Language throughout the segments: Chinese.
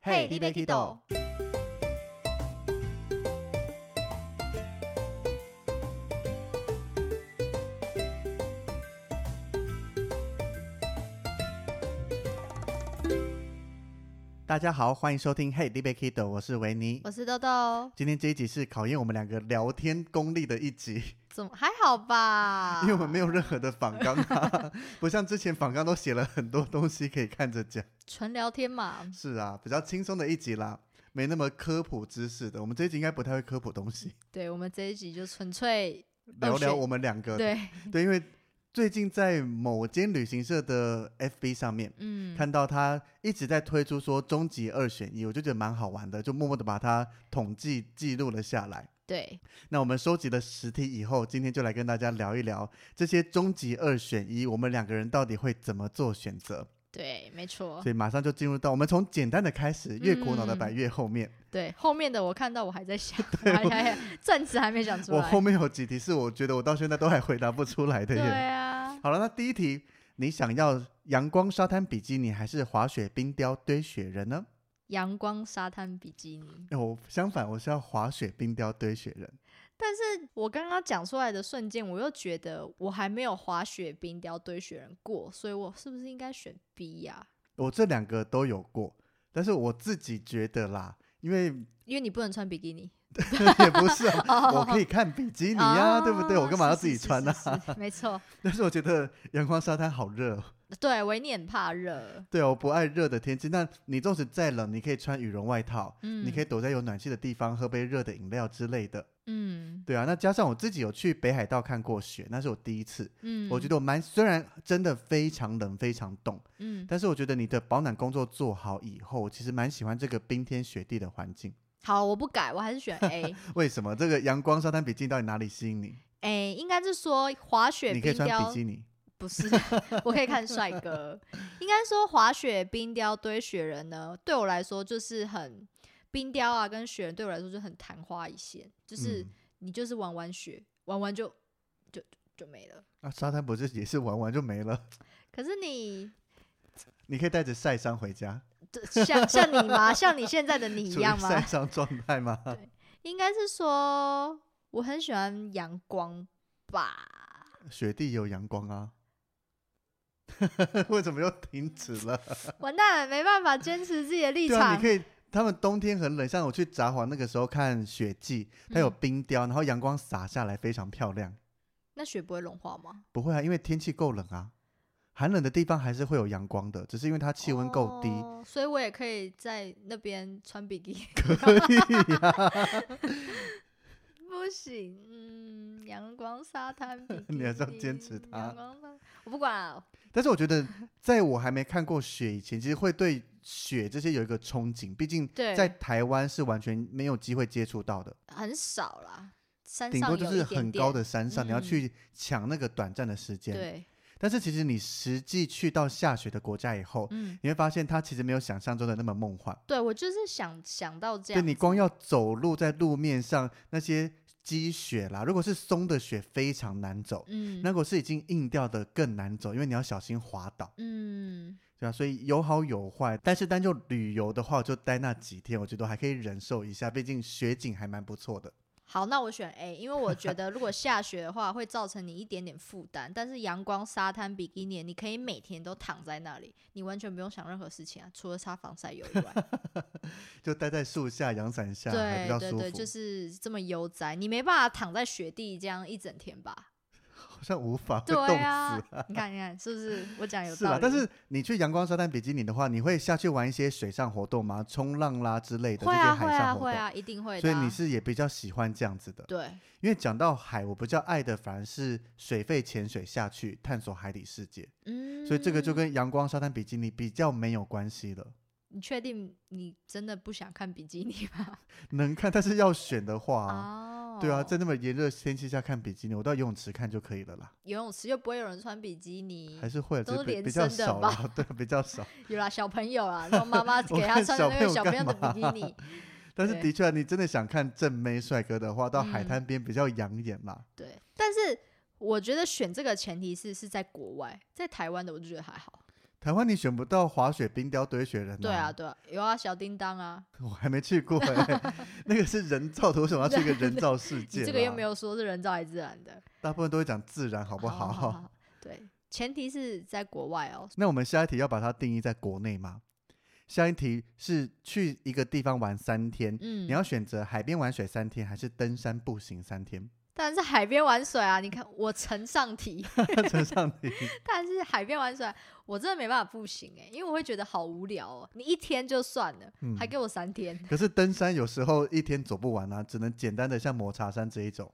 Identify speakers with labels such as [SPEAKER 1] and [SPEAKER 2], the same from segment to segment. [SPEAKER 1] 嘿你要去倒？
[SPEAKER 2] 大家好，欢迎收听 Hey, d i b Kid，我是维尼。
[SPEAKER 1] 我是豆豆，
[SPEAKER 2] 今天这一集是考验我们两个聊天功力的一集，
[SPEAKER 1] 怎么还好吧？
[SPEAKER 2] 因为我们没
[SPEAKER 1] 有
[SPEAKER 2] 有任何的仿纲 啊，不像之前仿纲都写了很多东西可以看着讲。
[SPEAKER 1] 纯聊天嘛，
[SPEAKER 2] 是啊，比较轻松的一集啦，没那么科普知识的。我们这一集应该不太会科普东西，
[SPEAKER 1] 对我们这一集就纯粹
[SPEAKER 2] 聊
[SPEAKER 1] 二选
[SPEAKER 2] 聊我们两个。
[SPEAKER 1] 哦对，
[SPEAKER 2] 对，因为最近在某间旅行社的 FB 上面。
[SPEAKER 1] 嗯，
[SPEAKER 2] 看到他一直在推出说终极二选一，我就觉得蛮好玩的，就默默的把它统计记录了下来。
[SPEAKER 1] 对，
[SPEAKER 2] 那我们收集了十题以后，今天就来跟大家聊一聊这些终极二选一，我们两个人到底会怎么做选择？
[SPEAKER 1] 对，没错，
[SPEAKER 2] 所以马上就进入到我们从简单的开始，越苦恼的
[SPEAKER 1] 嗯
[SPEAKER 2] 摆越后面。
[SPEAKER 1] 对，后面的我看到我还 在想，哎还还暂时还没想出
[SPEAKER 2] 我后
[SPEAKER 1] 来，
[SPEAKER 2] 面有几题是我觉得我到现在都还回答不出来的
[SPEAKER 1] 对
[SPEAKER 2] 耶。
[SPEAKER 1] 啊，
[SPEAKER 2] 好了，那第一题，你想要阳光沙滩比基尼还是滑雪冰雕堆雪人呢？
[SPEAKER 1] 阳光沙滩比基尼，
[SPEAKER 2] 哎我相反，我是要滑雪冰雕堆雪人。
[SPEAKER 1] 但是我刚刚讲出来的瞬间，我又觉得我还没有滑雪冰雕堆雪人过，所以我是不是应该选 B 呀、
[SPEAKER 2] 我这两个都有过，但是我自己觉得啦，因为
[SPEAKER 1] 因为你不能穿比基尼，
[SPEAKER 2] 也不是、啊，我可以看比基尼呀、
[SPEAKER 1] 啊
[SPEAKER 2] 对不对？我干嘛要自己
[SPEAKER 1] 是是
[SPEAKER 2] 穿呢、 啊
[SPEAKER 1] 是是是没错，
[SPEAKER 2] 但是我觉得阳光沙滩好热哦，
[SPEAKER 1] 对维尼很怕热，
[SPEAKER 2] 对哦，我不爱热的天气。那你纵使再冷，你可以穿羽绒外套，
[SPEAKER 1] 嗯，
[SPEAKER 2] 你可以躲在有暖气的地方，喝杯热的饮料之类的。
[SPEAKER 1] 嗯
[SPEAKER 2] 对啊，那加上我自己有去北海道看过雪，那是我第一次，
[SPEAKER 1] 嗯，
[SPEAKER 2] 我觉得我蛮虽然真的非常冷非常冻，
[SPEAKER 1] 嗯
[SPEAKER 2] 但是我觉得你的保暖工作做好以后，我其实蛮喜欢这个冰天雪地的环境。
[SPEAKER 1] 好，我不改，我还是选 A。
[SPEAKER 2] 为什么这个阳光沙滩比基尼到底哪里吸引你？
[SPEAKER 1] 哎，应该是说滑雪
[SPEAKER 2] 你可以
[SPEAKER 1] 冰
[SPEAKER 2] 穿
[SPEAKER 1] 雕
[SPEAKER 2] 比基尼。
[SPEAKER 1] 不是，我可以看帅哥。 应该说滑雪冰雕堆雪人呢，对我来说就是很冰雕啊，跟雪人对我来说就很昙花一现，就是、
[SPEAKER 2] 嗯
[SPEAKER 1] 你就是玩玩雪，玩完就就就没了。
[SPEAKER 2] 啊，沙滩不是也是玩完就没了？
[SPEAKER 1] 可是你
[SPEAKER 2] 你可以带着晒伤回家，
[SPEAKER 1] 这像像你吗？像你现在的你一
[SPEAKER 2] 处于
[SPEAKER 1] 样
[SPEAKER 2] 晒
[SPEAKER 1] 吗？
[SPEAKER 2] 伤状态吗？
[SPEAKER 1] 应该是说我很喜欢阳光吧。
[SPEAKER 2] 雪地有阳光啊。 为什么又停止了？
[SPEAKER 1] 完蛋了，没办法坚持自己的立
[SPEAKER 2] 对啊，
[SPEAKER 1] 场
[SPEAKER 2] 你。可以。他们冬天很冷，像我去札幌那个时候看雪季，它有
[SPEAKER 1] 嗯
[SPEAKER 2] 冰雕，然后阳光洒下来，非常漂亮。
[SPEAKER 1] 那雪不会融化吗？
[SPEAKER 2] 不会啊，因为天气够冷啊，寒冷的地方还是会有阳光的，只是因为它气温够低，
[SPEAKER 1] 哦所以我也可以在那边穿比基尼。
[SPEAKER 2] 可以呀、
[SPEAKER 1] 不行，嗯，阳光沙滩比基 尼，
[SPEAKER 2] 你还是要坚持它
[SPEAKER 1] 阳光沙我不管啊，
[SPEAKER 2] 但是我觉得，在我还没看过雪以前，其实会对雪这些有一个憧憬，毕竟
[SPEAKER 1] 对
[SPEAKER 2] 在台湾是完全没有机会接触到的，
[SPEAKER 1] 很少啦，山
[SPEAKER 2] 顶
[SPEAKER 1] 上
[SPEAKER 2] 多
[SPEAKER 1] 有
[SPEAKER 2] 就是
[SPEAKER 1] 一点
[SPEAKER 2] 很
[SPEAKER 1] 点
[SPEAKER 2] 高的山上，你要
[SPEAKER 1] 嗯
[SPEAKER 2] 去抢那个短暂的时间。
[SPEAKER 1] 对，
[SPEAKER 2] 但是其实你实际去到下雪的国家以后，
[SPEAKER 1] 嗯，
[SPEAKER 2] 你会发现它其实没有想象中的那么梦幻。
[SPEAKER 1] 对我就是想想到这
[SPEAKER 2] 对
[SPEAKER 1] 样，
[SPEAKER 2] 你光要走路在路面上那些积雪啦，如果是松的雪非常难走，
[SPEAKER 1] 嗯，
[SPEAKER 2] 那如果是已经硬掉的更难走，因为你要小心滑倒。
[SPEAKER 1] 嗯，
[SPEAKER 2] 对啊，所以有好有坏，但是单就旅游的话，我就待那几天，我觉得还可以忍受一下，毕竟雪景还蛮不错的。
[SPEAKER 1] 好，那我选 A，因为我觉得如果下雪的话会造成你一点点负担，但是阳光沙滩比基尼，你可以每天都躺在那里，你完全不用想任何事情啊，除了擦防晒油以 外。
[SPEAKER 2] 就待在树下、阳伞下，啊还比
[SPEAKER 1] 对
[SPEAKER 2] 较
[SPEAKER 1] 对
[SPEAKER 2] 舒服。
[SPEAKER 1] 对，就是这么悠哉，你没办法躺在雪地这样一整天吧？
[SPEAKER 2] 好像无 法会
[SPEAKER 1] 对
[SPEAKER 2] 冻死。
[SPEAKER 1] 啊，你看你看是不是？我讲 有
[SPEAKER 2] 是
[SPEAKER 1] 道
[SPEAKER 2] 啦
[SPEAKER 1] 理，，
[SPEAKER 2] 但是你去阳光沙滩比基尼的话，你会下去玩一些水上活动吗？冲浪啦之类的这
[SPEAKER 1] 会
[SPEAKER 2] 些
[SPEAKER 1] 啊
[SPEAKER 2] 海
[SPEAKER 1] 会啊
[SPEAKER 2] 上活
[SPEAKER 1] 会
[SPEAKER 2] 动。
[SPEAKER 1] 啊，一定会的
[SPEAKER 2] 所
[SPEAKER 1] 啊、
[SPEAKER 2] 以你是也比较喜欢这样子的，
[SPEAKER 1] 对
[SPEAKER 2] 因为讲到海，我比较爱的反而是水肺潜水下去探索海底世界，
[SPEAKER 1] 嗯，
[SPEAKER 2] 所以这个就跟阳光沙滩比基尼比较没有关系了。
[SPEAKER 1] 你确定你真的不想看比基尼吗？
[SPEAKER 2] 能看，但是要选的话、啊，
[SPEAKER 1] 哦，
[SPEAKER 2] 对啊，在那么炎热的天气下看比基尼，我到游泳池看就可以了啦，
[SPEAKER 1] 游泳池又不会有人穿比基尼
[SPEAKER 2] 还，是会，
[SPEAKER 1] 都
[SPEAKER 2] 只
[SPEAKER 1] 是
[SPEAKER 2] 比
[SPEAKER 1] 连
[SPEAKER 2] 比较
[SPEAKER 1] 身的
[SPEAKER 2] 少啦， 对，比较 少。
[SPEAKER 1] 有啦，小朋友啦，然 后妈妈给他
[SPEAKER 2] 看
[SPEAKER 1] 穿
[SPEAKER 2] 小
[SPEAKER 1] 的那个
[SPEAKER 2] 朋友
[SPEAKER 1] 小朋友
[SPEAKER 2] 干
[SPEAKER 1] 的
[SPEAKER 2] 嘛
[SPEAKER 1] 比 基尼，
[SPEAKER 2] 但是
[SPEAKER 1] 对
[SPEAKER 2] 的确啊，你真的想看正妹帅哥的话，到海
[SPEAKER 1] 嗯
[SPEAKER 2] 滩边比较养眼啦。
[SPEAKER 1] 对，但是我觉得选这个前提是是在国外，在台湾的我就觉得还好，
[SPEAKER 2] 台湾你选不到滑雪冰雕堆雪人、
[SPEAKER 1] 对啊，，对啊，有啊，小叮当啊，
[SPEAKER 2] 我还没去过、 欸，那个是人造的，为什么要去一个人造世界
[SPEAKER 1] 啊你
[SPEAKER 2] 啦？
[SPEAKER 1] 这个又没有说是人造还是自然的，
[SPEAKER 2] 大部分都会讲自然，好不
[SPEAKER 1] 好哦好好对，前提是在国外哦。
[SPEAKER 2] 那我们下一题要把它定义在国内吗？下一题是去一个地方玩三天，
[SPEAKER 1] 嗯
[SPEAKER 2] 你，要选择海边玩水三天，还是登山步行三天？
[SPEAKER 1] 但是海边玩水啊，你看我呈上题，
[SPEAKER 2] 陈上题，
[SPEAKER 1] 但是海边玩水啊我真的没办法不行哎、因为我会觉得好无聊哦。你一天就算了，
[SPEAKER 2] 嗯
[SPEAKER 1] 还给我三天，
[SPEAKER 2] 可是登山有时候一天走不完啊，只能简单的像抹茶山这一种。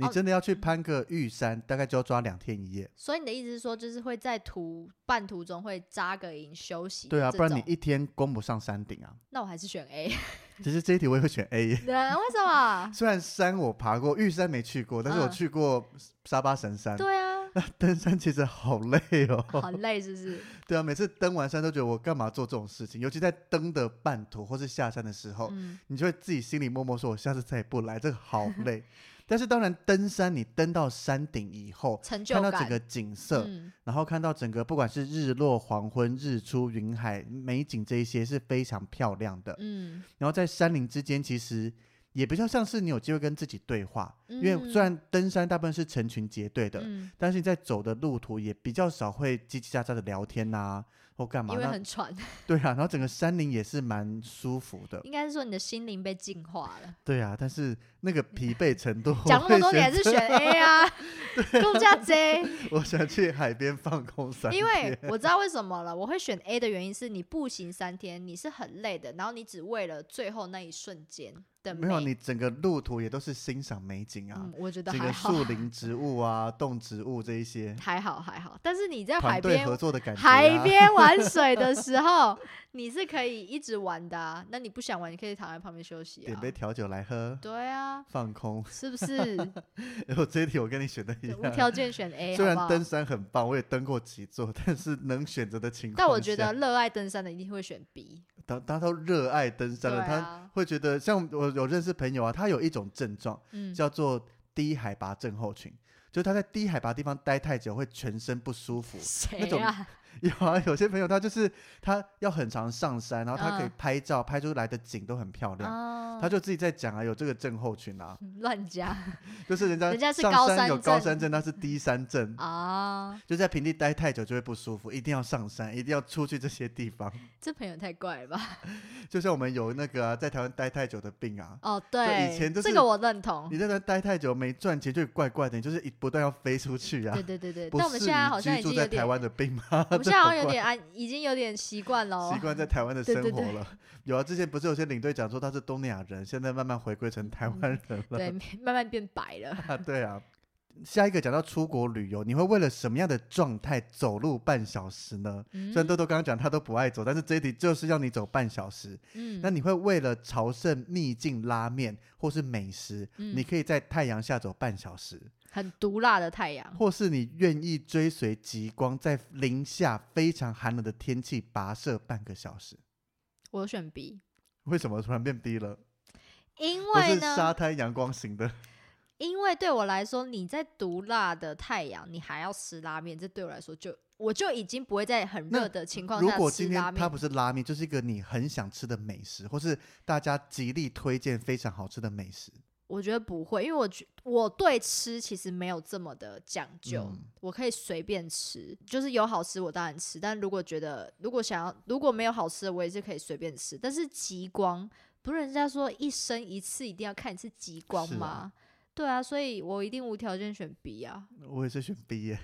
[SPEAKER 2] 你
[SPEAKER 1] 哦
[SPEAKER 2] 真的要去攀个玉山，大概就要抓两天一夜。
[SPEAKER 1] 所以你的意思是说，就是会在途半途中会扎个营休息？
[SPEAKER 2] 对啊，不然你，一天攻不上山顶啊。
[SPEAKER 1] 那我还是选 A。
[SPEAKER 2] 其实这一题我也会选 A，耶
[SPEAKER 1] 那为什么？
[SPEAKER 2] 虽然山我爬过，玉山没去过，但是我
[SPEAKER 1] 嗯
[SPEAKER 2] 去过沙巴神山。
[SPEAKER 1] 对 啊，
[SPEAKER 2] 登山其实好累哦。
[SPEAKER 1] 好累，是不 是？
[SPEAKER 2] 对啊，每次登完山都觉得我干嘛做这种事情，尤其在登的半途或是下山的时候，
[SPEAKER 1] 嗯，
[SPEAKER 2] 你就会自己心里默默说：“我下次再也不来，这个好累。”但是当然，登山你登到山顶以后，
[SPEAKER 1] 成就
[SPEAKER 2] 看到
[SPEAKER 1] 感。
[SPEAKER 2] 整个景色，
[SPEAKER 1] 嗯，
[SPEAKER 2] 然后看到整个不管是日落、黄昏、日出、云海美景这一些是非常漂亮的。
[SPEAKER 1] 嗯，
[SPEAKER 2] 然后在山林之间，其实也比较像是你有机会跟自己对话，
[SPEAKER 1] 因
[SPEAKER 2] 因为虽然登山大部分是成群结队的，
[SPEAKER 1] 嗯，
[SPEAKER 2] 但是你在走的路途也比较少会叽叽喳喳的聊天呐、或干嘛
[SPEAKER 1] 因为
[SPEAKER 2] 那
[SPEAKER 1] 很喘，
[SPEAKER 2] 对啊，然后整个山林也是蛮舒服的，
[SPEAKER 1] 应该是说你的心灵被净化了。
[SPEAKER 2] 对啊，但是那个疲惫程度，
[SPEAKER 1] 嗯讲那么 多，
[SPEAKER 2] 我会
[SPEAKER 1] 你还
[SPEAKER 2] 选
[SPEAKER 1] 是 选 A 啊？更加 J，
[SPEAKER 2] 我想去海边放 空三天，
[SPEAKER 1] 因为我知道为什么了。我会选 A 的原因是你步行三天，你是很累的，然后你只为了最后那一瞬间的美。
[SPEAKER 2] 没有你整个路途也都是欣赏美景啊
[SPEAKER 1] 嗯，，我觉得
[SPEAKER 2] 整个
[SPEAKER 1] 还好，
[SPEAKER 2] 树林植物啊、动植物这一些，
[SPEAKER 1] 还好，还好。但是你在海
[SPEAKER 2] 团队
[SPEAKER 1] 边
[SPEAKER 2] 合作的感觉、啊，
[SPEAKER 1] 海边玩水的时候， 你是可以一直玩的啊。那你不想玩，你可以躺在旁边休息
[SPEAKER 2] 点
[SPEAKER 1] 啊
[SPEAKER 2] 杯。调酒来喝，
[SPEAKER 1] 对啊，
[SPEAKER 2] 放空。
[SPEAKER 1] 是不是？
[SPEAKER 2] 然后这一题我跟你选的一
[SPEAKER 1] 对
[SPEAKER 2] 样，
[SPEAKER 1] 无条件选 A，
[SPEAKER 2] 虽
[SPEAKER 1] 好
[SPEAKER 2] 然
[SPEAKER 1] 不好？
[SPEAKER 2] 登山很棒，我也登过几座，但是能选择的情况下，
[SPEAKER 1] 但我觉得热爱登山的一定会选 B。
[SPEAKER 2] 他他都热爱登山了，
[SPEAKER 1] 对
[SPEAKER 2] 他
[SPEAKER 1] 啊
[SPEAKER 2] 会觉得像我有认识朋友啊，他有一种症状
[SPEAKER 1] 嗯，。
[SPEAKER 2] 叫做低海拔症候群，就是他在低海拔地方待太久会全身不舒服
[SPEAKER 1] 谁
[SPEAKER 2] 那种
[SPEAKER 1] 啊？
[SPEAKER 2] 有啊，有些朋友他就是他要很常上山，然后他可以
[SPEAKER 1] 嗯
[SPEAKER 2] 拍照，拍出来的景都很漂亮。
[SPEAKER 1] 啊
[SPEAKER 2] 他就自己在讲啊，有这个症候群啊，
[SPEAKER 1] 乱加
[SPEAKER 2] 就是人家
[SPEAKER 1] 嗯 人家是
[SPEAKER 2] 上
[SPEAKER 1] 高
[SPEAKER 2] 山
[SPEAKER 1] 山
[SPEAKER 2] 有高
[SPEAKER 1] 症
[SPEAKER 2] 山症，他是低山症。
[SPEAKER 1] 啊！
[SPEAKER 2] 就在平地待太久就会不舒服，一定要上山，一定要出去这些地方。
[SPEAKER 1] 这朋友太怪了吧？
[SPEAKER 2] 就像我们有那个、啊、在台湾待太久的病啊，
[SPEAKER 1] 哦，对，
[SPEAKER 2] 以前就是
[SPEAKER 1] 这个我认同。
[SPEAKER 2] 你在那待太久没赚钱就怪怪的，你就是一不断要飞出去啊
[SPEAKER 1] 对。对对对，
[SPEAKER 2] 不
[SPEAKER 1] 但我们
[SPEAKER 2] 是
[SPEAKER 1] 现在
[SPEAKER 2] 你
[SPEAKER 1] 好像
[SPEAKER 2] 居
[SPEAKER 1] 已
[SPEAKER 2] 住
[SPEAKER 1] 经
[SPEAKER 2] 在
[SPEAKER 1] 有
[SPEAKER 2] 台
[SPEAKER 1] 点，
[SPEAKER 2] 湾的病吗？
[SPEAKER 1] 我们现 在好像有
[SPEAKER 2] 怪
[SPEAKER 1] 点安，已经有点习惯了。哦
[SPEAKER 2] 习惯在台湾的
[SPEAKER 1] 对
[SPEAKER 2] 生
[SPEAKER 1] 对
[SPEAKER 2] 活
[SPEAKER 1] 对
[SPEAKER 2] 了。有啊，之前不是有些领队讲说他是东南亚人，现在慢慢回归成台湾人了。
[SPEAKER 1] 对， 慢慢变白了。
[SPEAKER 2] 啊，对啊。下一个讲到出国旅游，你会为了什么样的状态走路半小时呢？
[SPEAKER 1] 嗯
[SPEAKER 2] 虽然豆豆刚刚讲他都不爱走，但是这一题就是要你走半小时。
[SPEAKER 1] 嗯
[SPEAKER 2] 那你会为了朝圣秘境拉面或是美食，
[SPEAKER 1] 嗯
[SPEAKER 2] 你可以在太阳下走半小时，
[SPEAKER 1] 很毒辣的太阳，
[SPEAKER 2] 或是你愿意追随极光，在零下非常寒冷的天气跋涉半个小时。
[SPEAKER 1] 我选 B，
[SPEAKER 2] 为什么突然变低了？
[SPEAKER 1] 因
[SPEAKER 2] 我
[SPEAKER 1] 为
[SPEAKER 2] 是
[SPEAKER 1] 呢，
[SPEAKER 2] 沙滩阳光型的，
[SPEAKER 1] 因为对我来说，你在毒辣的太阳，你还要吃拉面，这对我来说就我就已经不会在很
[SPEAKER 2] 那
[SPEAKER 1] 热的情况
[SPEAKER 2] 如
[SPEAKER 1] 下
[SPEAKER 2] 果
[SPEAKER 1] 吃
[SPEAKER 2] 今
[SPEAKER 1] 拉
[SPEAKER 2] 天它
[SPEAKER 1] 面。
[SPEAKER 2] 不是拉面，就是一个你很想吃的美食，或是大家极力推荐非常好吃的美食。
[SPEAKER 1] 我觉得不会，因为我觉我对吃其实没有这么的讲究，
[SPEAKER 2] 嗯
[SPEAKER 1] 我可以随便吃，就是有好吃我当然吃，但如果觉得如果想要如果没有好吃的，我也是可以随便吃。但是极光，不是人家说一生一次一定要看一次极光
[SPEAKER 2] 是啊
[SPEAKER 1] 吗？对啊，所以我一定无条件选 B 啊。
[SPEAKER 2] 我也是选 B 耶、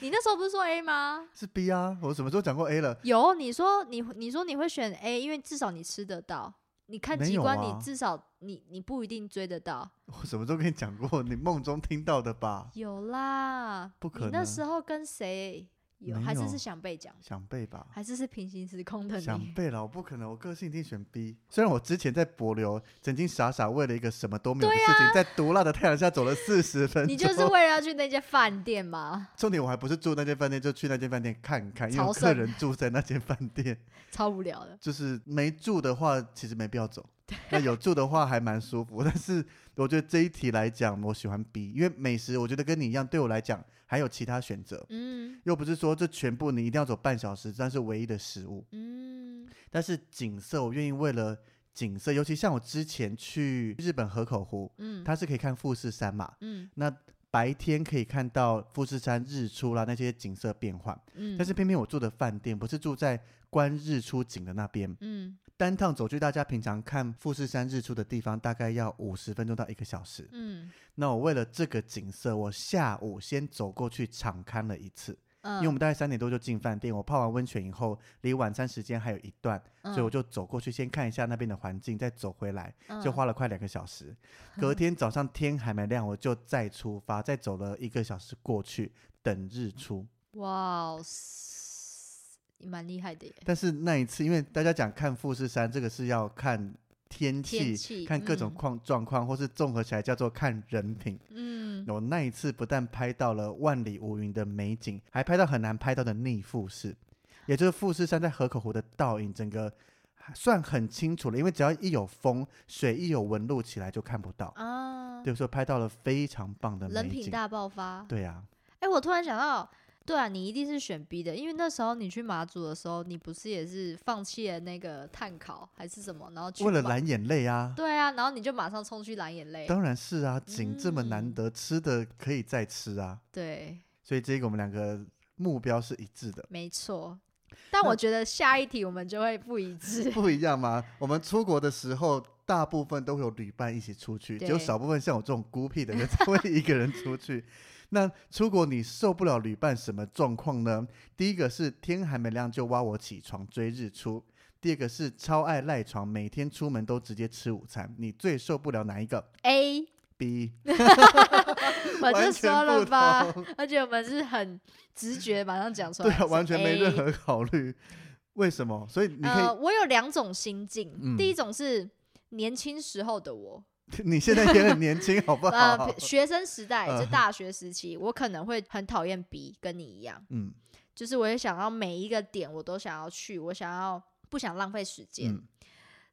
[SPEAKER 1] 你那时候不是说 A 吗？
[SPEAKER 2] 是 B 啊，我什么时候讲过 A 了？
[SPEAKER 1] 有，你说你你说你会选 A，因为至少你吃得到。你看
[SPEAKER 2] 没
[SPEAKER 1] 极
[SPEAKER 2] 有
[SPEAKER 1] 光，
[SPEAKER 2] 啊
[SPEAKER 1] 你至少你你不一定追得到。
[SPEAKER 2] 我什么时候跟你讲过？你梦中听到的吧？
[SPEAKER 1] 有啦，
[SPEAKER 2] 不可
[SPEAKER 1] 你那
[SPEAKER 2] 能
[SPEAKER 1] 时候跟谁有？
[SPEAKER 2] 没
[SPEAKER 1] 还是
[SPEAKER 2] 有
[SPEAKER 1] 是想被讲？
[SPEAKER 2] 想背吧。
[SPEAKER 1] 还是是平行时空的
[SPEAKER 2] 想
[SPEAKER 1] 你？
[SPEAKER 2] 被老不可能，我个性一定选 B。虽然我之前在博流曾经傻傻为了一个什么都没有的事情，在毒辣的太阳下走了四十分钟。
[SPEAKER 1] 啊你就是为了要去那间饭店吗？
[SPEAKER 2] 重点，我还不是住那间饭店，就去那间饭店看看，因为
[SPEAKER 1] 朝
[SPEAKER 2] 我客
[SPEAKER 1] 圣
[SPEAKER 2] 人住在那间饭店，
[SPEAKER 1] 超无聊的。
[SPEAKER 2] 就是没住的话，其实没必要走。那有住的话还蛮舒服，但是我觉得这一题来讲，我喜欢 B，因为美食我觉得跟你一样，对我来讲还有其他选择，
[SPEAKER 1] 嗯
[SPEAKER 2] 又不是说这全部你一定要走半小时，但是唯一的食物。
[SPEAKER 1] 嗯
[SPEAKER 2] 但是景色，我愿意为了景色，尤其像我之前去日本河口湖，
[SPEAKER 1] 嗯
[SPEAKER 2] 它是可以看富士山嘛，
[SPEAKER 1] 嗯
[SPEAKER 2] 那白天可以看到富士山日出啦，那些景色变换。
[SPEAKER 1] 嗯，
[SPEAKER 2] 但是偏偏我住的饭店不是住在观日出景的那边，
[SPEAKER 1] 嗯
[SPEAKER 2] 单趟走去大家平常看富士山日出的地方，大概要五十分钟到一个小时。
[SPEAKER 1] 嗯
[SPEAKER 2] 那我为了这个景色，我下午先走过去场勘了一次，
[SPEAKER 1] 嗯
[SPEAKER 2] 因为我们大概三点多就进饭店，我泡完温泉以后，离晚餐时间还有一段，
[SPEAKER 1] 嗯
[SPEAKER 2] 所以我就走过去先看一下那边的环境，再走回来，
[SPEAKER 1] 嗯
[SPEAKER 2] 就花了快两个小时。隔天早上天还没亮，我就再出发，再走了一个小时过去等日出。
[SPEAKER 1] 嗯哇，蛮厉害的耶，
[SPEAKER 2] 但是那一次，因为大家讲看富士山，这个是要看天气
[SPEAKER 1] 天。气
[SPEAKER 2] 看各种况状况，或是综合起来叫做看人品。
[SPEAKER 1] 嗯嗯
[SPEAKER 2] 我那一次不但拍到了万里无云的美景，还拍到很难拍到的逆富士，也就是富士山在河口湖的倒影，整个还算很清楚了。因为只要一有风，水一有纹路起来就看不到。
[SPEAKER 1] 啊，
[SPEAKER 2] 对，所以拍到了非常棒的
[SPEAKER 1] 人
[SPEAKER 2] 美
[SPEAKER 1] 品
[SPEAKER 2] 景。
[SPEAKER 1] 大爆发。
[SPEAKER 2] 对啊，
[SPEAKER 1] 哎、我突然想到，对啊，你一定是选 B 的，因为那时候你去马祖的时候，你不是也是放弃了那个碳烤还是什么，然后去
[SPEAKER 2] 为了
[SPEAKER 1] 马
[SPEAKER 2] 蓝眼泪啊，
[SPEAKER 1] 对啊，然后你就马上冲去蓝眼泪，
[SPEAKER 2] 当然是啊，景这么难
[SPEAKER 1] 嗯
[SPEAKER 2] 得，吃的可以再吃啊。
[SPEAKER 1] 对，，
[SPEAKER 2] 所以这个我们两个目标是一致的
[SPEAKER 1] 没错。但
[SPEAKER 2] 那
[SPEAKER 1] 我觉得下一题我们就会不一 致，
[SPEAKER 2] 不一样吗？我们出国的时候，大部分都会有旅伴一起出去，只有
[SPEAKER 1] 对
[SPEAKER 2] 少部分像我这种孤僻的人 才会一个人出去。那出国你受不了旅伴什么状况呢？第一个是天还没亮就挖我起床追日出，第二个是超爱赖床，每天出门都直接吃午餐。你最受不了哪一个
[SPEAKER 1] A，
[SPEAKER 2] ？B，
[SPEAKER 1] 我就
[SPEAKER 2] 完全
[SPEAKER 1] 说了
[SPEAKER 2] 不
[SPEAKER 1] 吧
[SPEAKER 2] 同，
[SPEAKER 1] 而且我们是很直觉，马上讲出来，
[SPEAKER 2] 对啊，完全没任
[SPEAKER 1] 何。
[SPEAKER 2] 何考虑。为什么？所以你可以
[SPEAKER 1] 呃，我有两种心境，
[SPEAKER 2] 嗯
[SPEAKER 1] 第一种是年轻时候的我，
[SPEAKER 2] 你现在也很年轻，好不 好
[SPEAKER 1] 呃，？学生时代
[SPEAKER 2] 嗯
[SPEAKER 1] 就大学时期，我可能会很讨厌 B，跟你一样，
[SPEAKER 2] 嗯
[SPEAKER 1] 就是我也想要每一个点我都想要去，我想要不想浪费时间。
[SPEAKER 2] 嗯，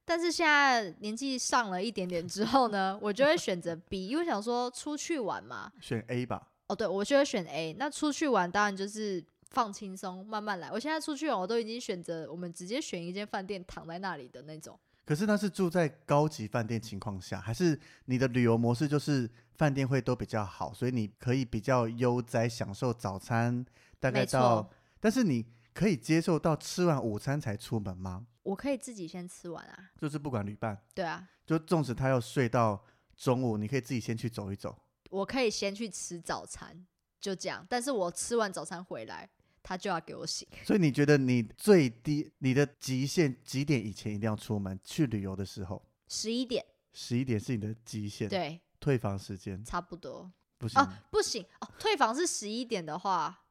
[SPEAKER 1] 但是现在年纪上了一点点之后呢，我就会选择 B，因为想说出去玩嘛，
[SPEAKER 2] 选 A 吧。
[SPEAKER 1] 哦，对，我就会选 A。那出去玩当然就是放轻松，慢慢来。我现在出去玩，我都已经选择我们直接选一间饭店躺在那里的那种。
[SPEAKER 2] 可是那是住在高级饭店情况下，还是你的旅游模式就是饭店会都比较好，所以你可以比较悠哉享受早餐，大概
[SPEAKER 1] 没
[SPEAKER 2] 到
[SPEAKER 1] 错，，
[SPEAKER 2] 但是你可以接受到吃完午餐才出门吗？
[SPEAKER 1] 我可以自己先吃完啊。
[SPEAKER 2] 就是不管旅伴，
[SPEAKER 1] 对啊，
[SPEAKER 2] 就纵使他要睡到中午，你可以自己先去走一走。
[SPEAKER 1] 我可以先去吃早餐，就这样。但是我吃完早餐回来，他就要给我醒。
[SPEAKER 2] 所以你觉得你最低你的极限几点以前一定要出门？去旅游的时候，
[SPEAKER 1] 十一点，
[SPEAKER 2] 十一点是你的极限，
[SPEAKER 1] 对，
[SPEAKER 2] 退房时间
[SPEAKER 1] 差不多。
[SPEAKER 2] 不行
[SPEAKER 1] 哦、，不行哦，退房是十一点的话，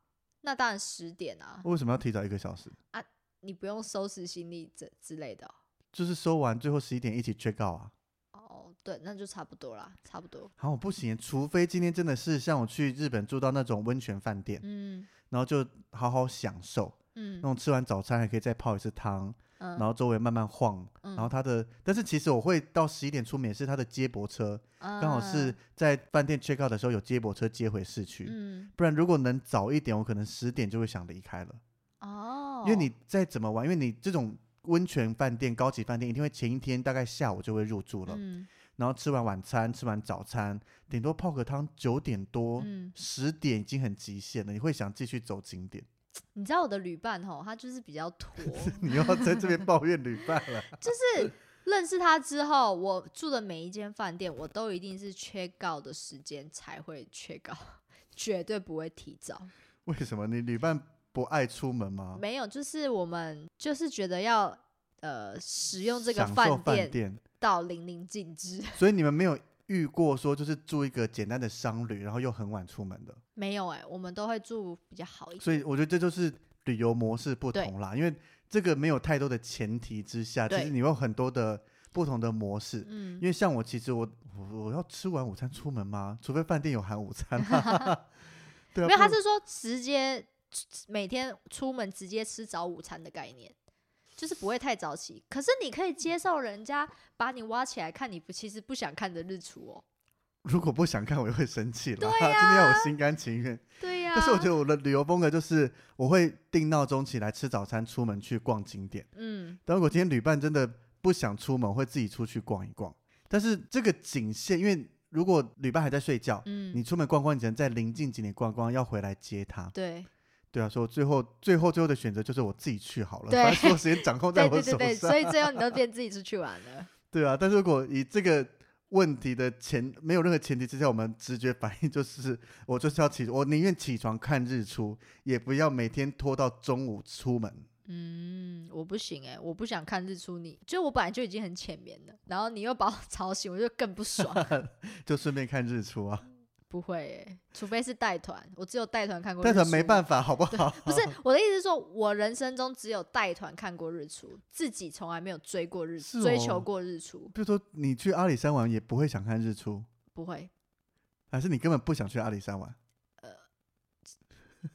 [SPEAKER 1] 那当然十点啊，
[SPEAKER 2] 为什么要提早一个小时？
[SPEAKER 1] 你不用收拾行李之之类的哦。
[SPEAKER 2] 就是收完最后十一点一起 check out 啊。
[SPEAKER 1] 哦，对，那就差不多啦，差不多。
[SPEAKER 2] 好，不行，除非今天真的是像我去日本住到那种温泉饭店，
[SPEAKER 1] 嗯
[SPEAKER 2] 然后就好好享受，那
[SPEAKER 1] 嗯
[SPEAKER 2] 种吃完早餐还可以再泡一次汤，然
[SPEAKER 1] 嗯
[SPEAKER 2] 后周围慢慢晃，然后它的，但是其实我会到十一点出门，也是它的接驳车，
[SPEAKER 1] 刚
[SPEAKER 2] 刚好是在饭店 check out 的时候有接驳车接回市区。
[SPEAKER 1] 嗯
[SPEAKER 2] 不然如果能早一点，我可能十点就会想离开了，
[SPEAKER 1] 哦，
[SPEAKER 2] 因为你再怎么玩，因为你这种温泉饭店、高级饭店一定会前一天大概下午就会入住了。
[SPEAKER 1] 嗯
[SPEAKER 2] 然后吃完晚餐，吃完早餐，顶多泡个汤，九点多、
[SPEAKER 1] 嗯，
[SPEAKER 2] 十、点已经很极限了，你会想继续走景点？
[SPEAKER 1] 你知道我的旅伴吼，他就是比较拖，
[SPEAKER 2] 你又要在这边抱怨旅伴 了？
[SPEAKER 1] 就是认识他之后，我住的每一间饭店，我都一定是缺告的时间才会缺告， 绝对不会提早。
[SPEAKER 2] 为什么你旅伴不爱出门吗？
[SPEAKER 1] 没有，就是我们就是觉得要呃使用这个
[SPEAKER 2] 享受
[SPEAKER 1] 饭
[SPEAKER 2] 饭
[SPEAKER 1] 店
[SPEAKER 2] 店，
[SPEAKER 1] 到淋漓尽致。
[SPEAKER 2] 所以你们没有遇过说就是住一个简单的商旅，然后又很晚出门的。
[SPEAKER 1] 没有哎、我们都会住比较好一点。
[SPEAKER 2] 所以我觉得这就是旅游模式不同啦，因为这个没有太多的前提之下，其
[SPEAKER 1] 对
[SPEAKER 2] 实你会有很多的不同的模式。
[SPEAKER 1] 嗯
[SPEAKER 2] 因，为像我，其实我我我要吃完午餐出门吗？除非饭店有含午餐、 啊。对啊，
[SPEAKER 1] 没
[SPEAKER 2] 不
[SPEAKER 1] 有，他是说直接每天出门直接吃早午餐的概念，就是不会太早起。可是你可以接受人家把你挖起来看你不其实不想看的日出哦。
[SPEAKER 2] 如果不想看，我也会生气啦。
[SPEAKER 1] 对
[SPEAKER 2] 今天要我心甘情愿。
[SPEAKER 1] 对啊呀、
[SPEAKER 2] 但是我觉得我的旅游风格就是，我会定闹钟起来吃早餐，出门去逛景点。
[SPEAKER 1] 嗯，
[SPEAKER 2] 但如果今天旅伴真的不想出门，我会自己出去逛一逛。但是这个景线，因为如果旅伴还在睡觉，
[SPEAKER 1] 嗯
[SPEAKER 2] 你出门逛逛，你只能在临近景点逛逛，要回来接他。
[SPEAKER 1] 对
[SPEAKER 2] 对啊，所以我最后最后最后的选择就是我自己去好了，
[SPEAKER 1] 对
[SPEAKER 2] 反正所有时间掌控在
[SPEAKER 1] 对
[SPEAKER 2] 我
[SPEAKER 1] 对对
[SPEAKER 2] 手
[SPEAKER 1] 对，
[SPEAKER 2] 上
[SPEAKER 1] 所。以最后 你都变自己出去玩了。
[SPEAKER 2] 对啊，但是如果以这个问题的前没有任何前提之下，我们直觉反应就是我就是要起，我宁愿起床看日出，也不要每天拖到中午出门。
[SPEAKER 1] 嗯，我不行哎、我不想看日出你。就我本来就已经很浅眠了，然后你又把我 吵醒，我就更不爽。
[SPEAKER 2] 就顺便看日出啊，
[SPEAKER 1] 不会、欸，除非是带团，我只有带团看过日
[SPEAKER 2] 但
[SPEAKER 1] 出。
[SPEAKER 2] 是没办法，好不好？
[SPEAKER 1] 不是我的意思是说，我人生中只有带团看过日出，自己从来没有追过日出，
[SPEAKER 2] 是
[SPEAKER 1] 追
[SPEAKER 2] 哦
[SPEAKER 1] 求过日出，
[SPEAKER 2] 比如说你去阿里山玩也不会想看日出，
[SPEAKER 1] 不 会。
[SPEAKER 2] 还是你根本不想去阿里山玩，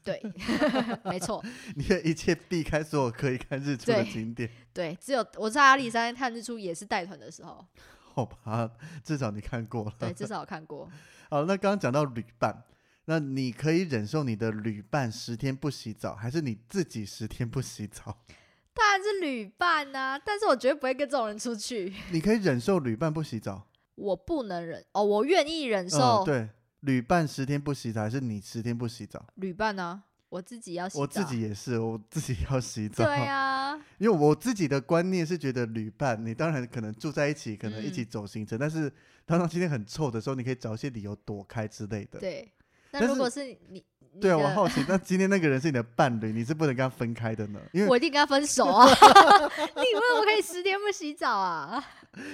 [SPEAKER 1] 对，没错，
[SPEAKER 2] 你的一切避开所有可以看日出的
[SPEAKER 1] 对
[SPEAKER 2] 景点，
[SPEAKER 1] 对，只有我在阿里山看日出也是带团的时候，
[SPEAKER 2] 好吧？至少你看过了。
[SPEAKER 1] 对，至少我看过。
[SPEAKER 2] 好，那刚刚讲到旅伴，那你可以忍受你的旅伴十天不洗澡，还是你自己十天不洗澡？
[SPEAKER 1] 当然是旅伴呐、但是我绝对不会跟这种人出去，
[SPEAKER 2] 你可以忍受旅伴不洗澡？
[SPEAKER 1] 我不能忍哦，我愿意忍
[SPEAKER 2] 嗯，
[SPEAKER 1] 受
[SPEAKER 2] 对，旅伴十天不洗澡，还是你十天不洗澡？
[SPEAKER 1] 旅伴呢、我自己要洗澡，
[SPEAKER 2] 我自己也是，我自己要洗澡。
[SPEAKER 1] 对 啊，
[SPEAKER 2] 因为我自己的观念是觉得旅伴，你当然可能住在一起，可能一起
[SPEAKER 1] 嗯
[SPEAKER 2] 走行程，但是当到今天很臭的时候，你可以找一些理由躲开之类的。
[SPEAKER 1] 对。那
[SPEAKER 2] 但
[SPEAKER 1] 如
[SPEAKER 2] 是
[SPEAKER 1] 果是你，你
[SPEAKER 2] 对啊，我
[SPEAKER 1] 的
[SPEAKER 2] 好奇，那今天那个人是你的伴侣，你是不能跟他分开的呢，因为
[SPEAKER 1] 我一定跟他分手 啊！你为什么可以十天不洗澡啊？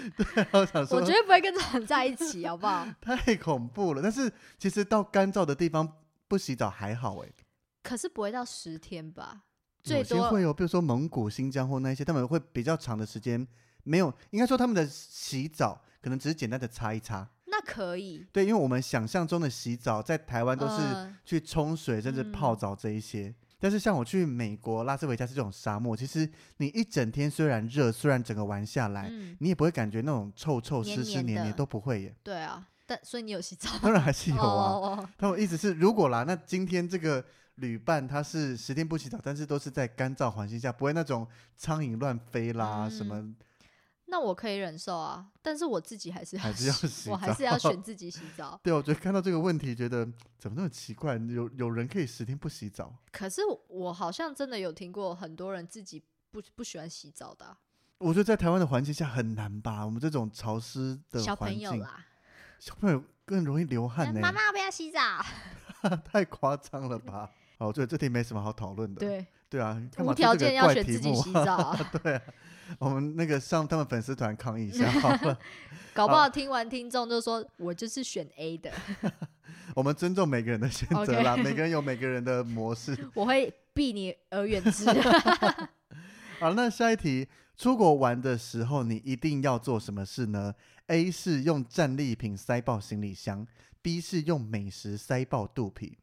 [SPEAKER 2] 我想
[SPEAKER 1] 我
[SPEAKER 2] 说
[SPEAKER 1] 绝对不会跟这种人在一起，好不好？
[SPEAKER 2] 太恐怖了。但是其实到干燥的地方不洗澡还好哎、
[SPEAKER 1] 可是不会到十天吧？
[SPEAKER 2] 有
[SPEAKER 1] 最
[SPEAKER 2] 些
[SPEAKER 1] 多
[SPEAKER 2] 会有，比如说蒙古、新疆或那一些，他们会比较长的时间没有，应该说他们的洗澡可能只是简单的擦一擦。
[SPEAKER 1] 那可以，
[SPEAKER 2] 对，因为我们想象中的洗澡在台湾都是、
[SPEAKER 1] 嗯
[SPEAKER 2] 去冲水，甚至泡
[SPEAKER 1] 嗯
[SPEAKER 2] 澡这一些。但是像我去美国拉斯维加斯这种沙漠，其实你一整天虽然热，虽然整个玩下来，
[SPEAKER 1] 嗯，
[SPEAKER 2] 你也不会感觉那种臭臭、
[SPEAKER 1] 黏
[SPEAKER 2] 湿湿、
[SPEAKER 1] 黏
[SPEAKER 2] 黏
[SPEAKER 1] 的
[SPEAKER 2] 黏都不会耶。
[SPEAKER 1] 对啊。但所以你有洗澡
[SPEAKER 2] 当然还是有啊。
[SPEAKER 1] 哦，哦
[SPEAKER 2] 但我意思是，如果啦，那今天这个旅伴他是十天不洗澡，但是都是在干燥环境下，不会那种苍蝇乱飞啦，什
[SPEAKER 1] 嗯
[SPEAKER 2] 么
[SPEAKER 1] 那我可以忍受啊，但是我自己还是
[SPEAKER 2] 还是要
[SPEAKER 1] 洗
[SPEAKER 2] 洗
[SPEAKER 1] 我还是
[SPEAKER 2] 澡
[SPEAKER 1] 要选自己洗澡。
[SPEAKER 2] 对，我觉得看到这个问题，觉得怎么那么奇怪？有有人可以十天不洗澡？
[SPEAKER 1] 可是我我好像真的有听过很多人自己不不喜欢洗澡的啊、
[SPEAKER 2] 我觉得在台湾的环境下很难吧，我们这种潮湿的
[SPEAKER 1] 小
[SPEAKER 2] 环
[SPEAKER 1] 朋友
[SPEAKER 2] 境，
[SPEAKER 1] 啦，
[SPEAKER 2] 小朋友更容易流汗呢、
[SPEAKER 1] 妈妈我不要洗澡，
[SPEAKER 2] 太夸张了吧？哦，对，这题没什么好讨论的。
[SPEAKER 1] 对，
[SPEAKER 2] 对啊，干嘛
[SPEAKER 1] 无
[SPEAKER 2] 出
[SPEAKER 1] 条
[SPEAKER 2] 这个
[SPEAKER 1] 件要
[SPEAKER 2] 怪
[SPEAKER 1] 选
[SPEAKER 2] 题
[SPEAKER 1] 自己
[SPEAKER 2] 目
[SPEAKER 1] 洗澡啊。
[SPEAKER 2] 我们那个上他们粉丝团抗议一 下好了。
[SPEAKER 1] 搞不
[SPEAKER 2] 好
[SPEAKER 1] 好听完听众就说，我就是选 A 的，
[SPEAKER 2] 我们尊重每个人的选择啦，每个人有每个人的模式。
[SPEAKER 1] 我会避你而远 之。
[SPEAKER 2] 好，那下一题，出国玩的时候你一定要做什么事呢？A 是用战利品塞爆行李箱，B 是用美食塞爆肚皮。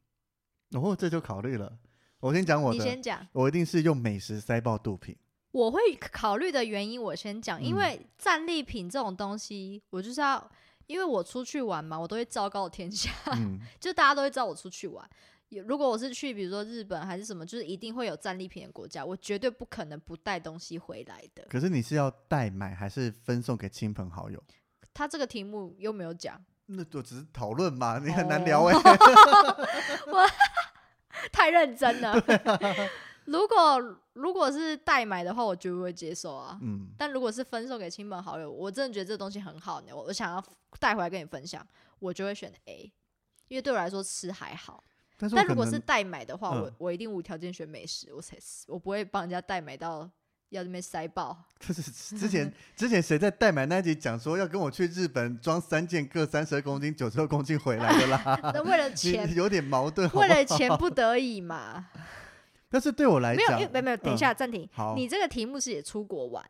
[SPEAKER 2] 哦，这就考虑了。我先讲我的，
[SPEAKER 1] 你先讲，
[SPEAKER 2] 我一定是用美食塞爆肚 皮。
[SPEAKER 1] 我会考虑的原因我先讲，
[SPEAKER 2] 嗯
[SPEAKER 1] 因为战利品这种东西，我就是要，因为我出去玩嘛，我都会昭告天下，
[SPEAKER 2] 嗯，
[SPEAKER 1] 就大家都会知道我出去玩。有如果我是去比如说日本还是什么，就是一定会有战利品的国家，我绝对不可能不带东西回来的。
[SPEAKER 2] 可是你是要代买还是分送给亲朋好友？
[SPEAKER 1] 他这个题目又没有讲，
[SPEAKER 2] 那我只是讨论嘛，你很
[SPEAKER 1] 哦
[SPEAKER 2] 难聊哎、
[SPEAKER 1] 太认 真了。如果如果是代买的话，我绝对会接受啊。
[SPEAKER 2] 嗯，
[SPEAKER 1] 但如果是分送给亲朋好友，我真的觉得这东西很好，我我想要带回来跟你分享，我就会选 A，因为对我来说吃还好。
[SPEAKER 2] 但是我
[SPEAKER 1] 但
[SPEAKER 2] 可
[SPEAKER 1] 如果
[SPEAKER 2] 能
[SPEAKER 1] 是代买的话，我
[SPEAKER 2] 嗯
[SPEAKER 1] 我一定无条件选美食，我才我不会帮人家代买到要那边塞爆。
[SPEAKER 2] 这是之前之前谁在代买那一集讲说要跟我去日本装三件各三十二公斤、九十六公斤回来的 啦，
[SPEAKER 1] 那为了 钱
[SPEAKER 2] 你，有点矛盾好不
[SPEAKER 1] 为
[SPEAKER 2] 好。
[SPEAKER 1] 了钱不得 已嘛。
[SPEAKER 2] 但是对我来
[SPEAKER 1] 没有，
[SPEAKER 2] 讲，
[SPEAKER 1] 因为没有没有，等一
[SPEAKER 2] 嗯
[SPEAKER 1] 下暂停。
[SPEAKER 2] 好
[SPEAKER 1] 你这个题目是也出国玩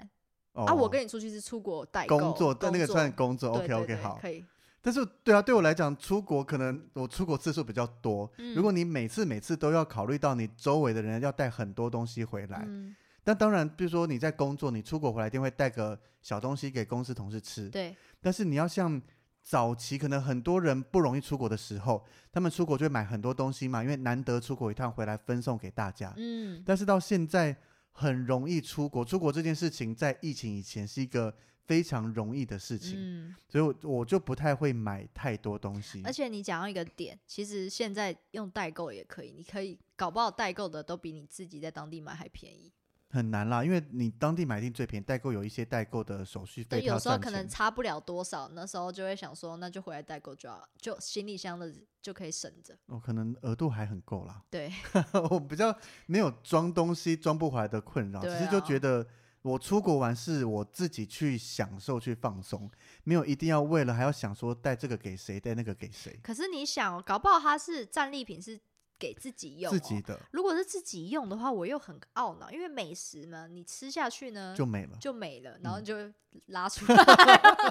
[SPEAKER 2] 哦、
[SPEAKER 1] 啊？我跟你出去是出国代购
[SPEAKER 2] 工作，但那个
[SPEAKER 1] 工
[SPEAKER 2] 算工作
[SPEAKER 1] 作对
[SPEAKER 2] ，OK OK
[SPEAKER 1] 对对
[SPEAKER 2] 好。
[SPEAKER 1] 可以。
[SPEAKER 2] 但是对啊，对我来讲，出国可能我出国次数比较多，
[SPEAKER 1] 嗯
[SPEAKER 2] 如果你每次每次都要考虑到你周围的人要带很多东西回来，
[SPEAKER 1] 嗯
[SPEAKER 2] 那当然，比如说你在工作，你出国回来一定会带个小东西给公司同事吃。
[SPEAKER 1] 对，
[SPEAKER 2] 但是你要像早期可能很多人不容易出国的时候，他们出国就会买很多东西嘛，因为难得出国一趟回来分送给大家。
[SPEAKER 1] 嗯，
[SPEAKER 2] 但是到现在很容易出国，出国这件事情在疫情以前是一个非常容易的事情，
[SPEAKER 1] 嗯，
[SPEAKER 2] 所以我我就不太会买太多东西。
[SPEAKER 1] 而且你讲到一个点，其实现在用代购也可以，你可以搞不好代购的都比你自己在当地买还便宜。
[SPEAKER 2] 很难啦，因为你当地买一定最便宜，代购有一些代购的手续费，
[SPEAKER 1] 对，有时候可
[SPEAKER 2] 票占
[SPEAKER 1] 能
[SPEAKER 2] 钱
[SPEAKER 1] 差不了多少，那时候就会想说，那就回来代购就好，就行李箱的就可以省着。
[SPEAKER 2] 我、哦可能额度还很够啦。
[SPEAKER 1] 对，
[SPEAKER 2] 我比较没有装东西装不回来的困扰，
[SPEAKER 1] 对
[SPEAKER 2] 只是就
[SPEAKER 1] 啊
[SPEAKER 2] 觉得我出国玩是我自己去享受去放松，没有一定要为了还要想说带这个给谁，带那个给谁，
[SPEAKER 1] 可是你想、哦，搞不好它是战利品，是给自己用、哦
[SPEAKER 2] 自己。的
[SPEAKER 1] 如果是自己用的话，我又很懊恼，因为美食嘛，你吃下去呢
[SPEAKER 2] 就没了。
[SPEAKER 1] 就没了，然后
[SPEAKER 2] 嗯
[SPEAKER 1] 就拉 出来，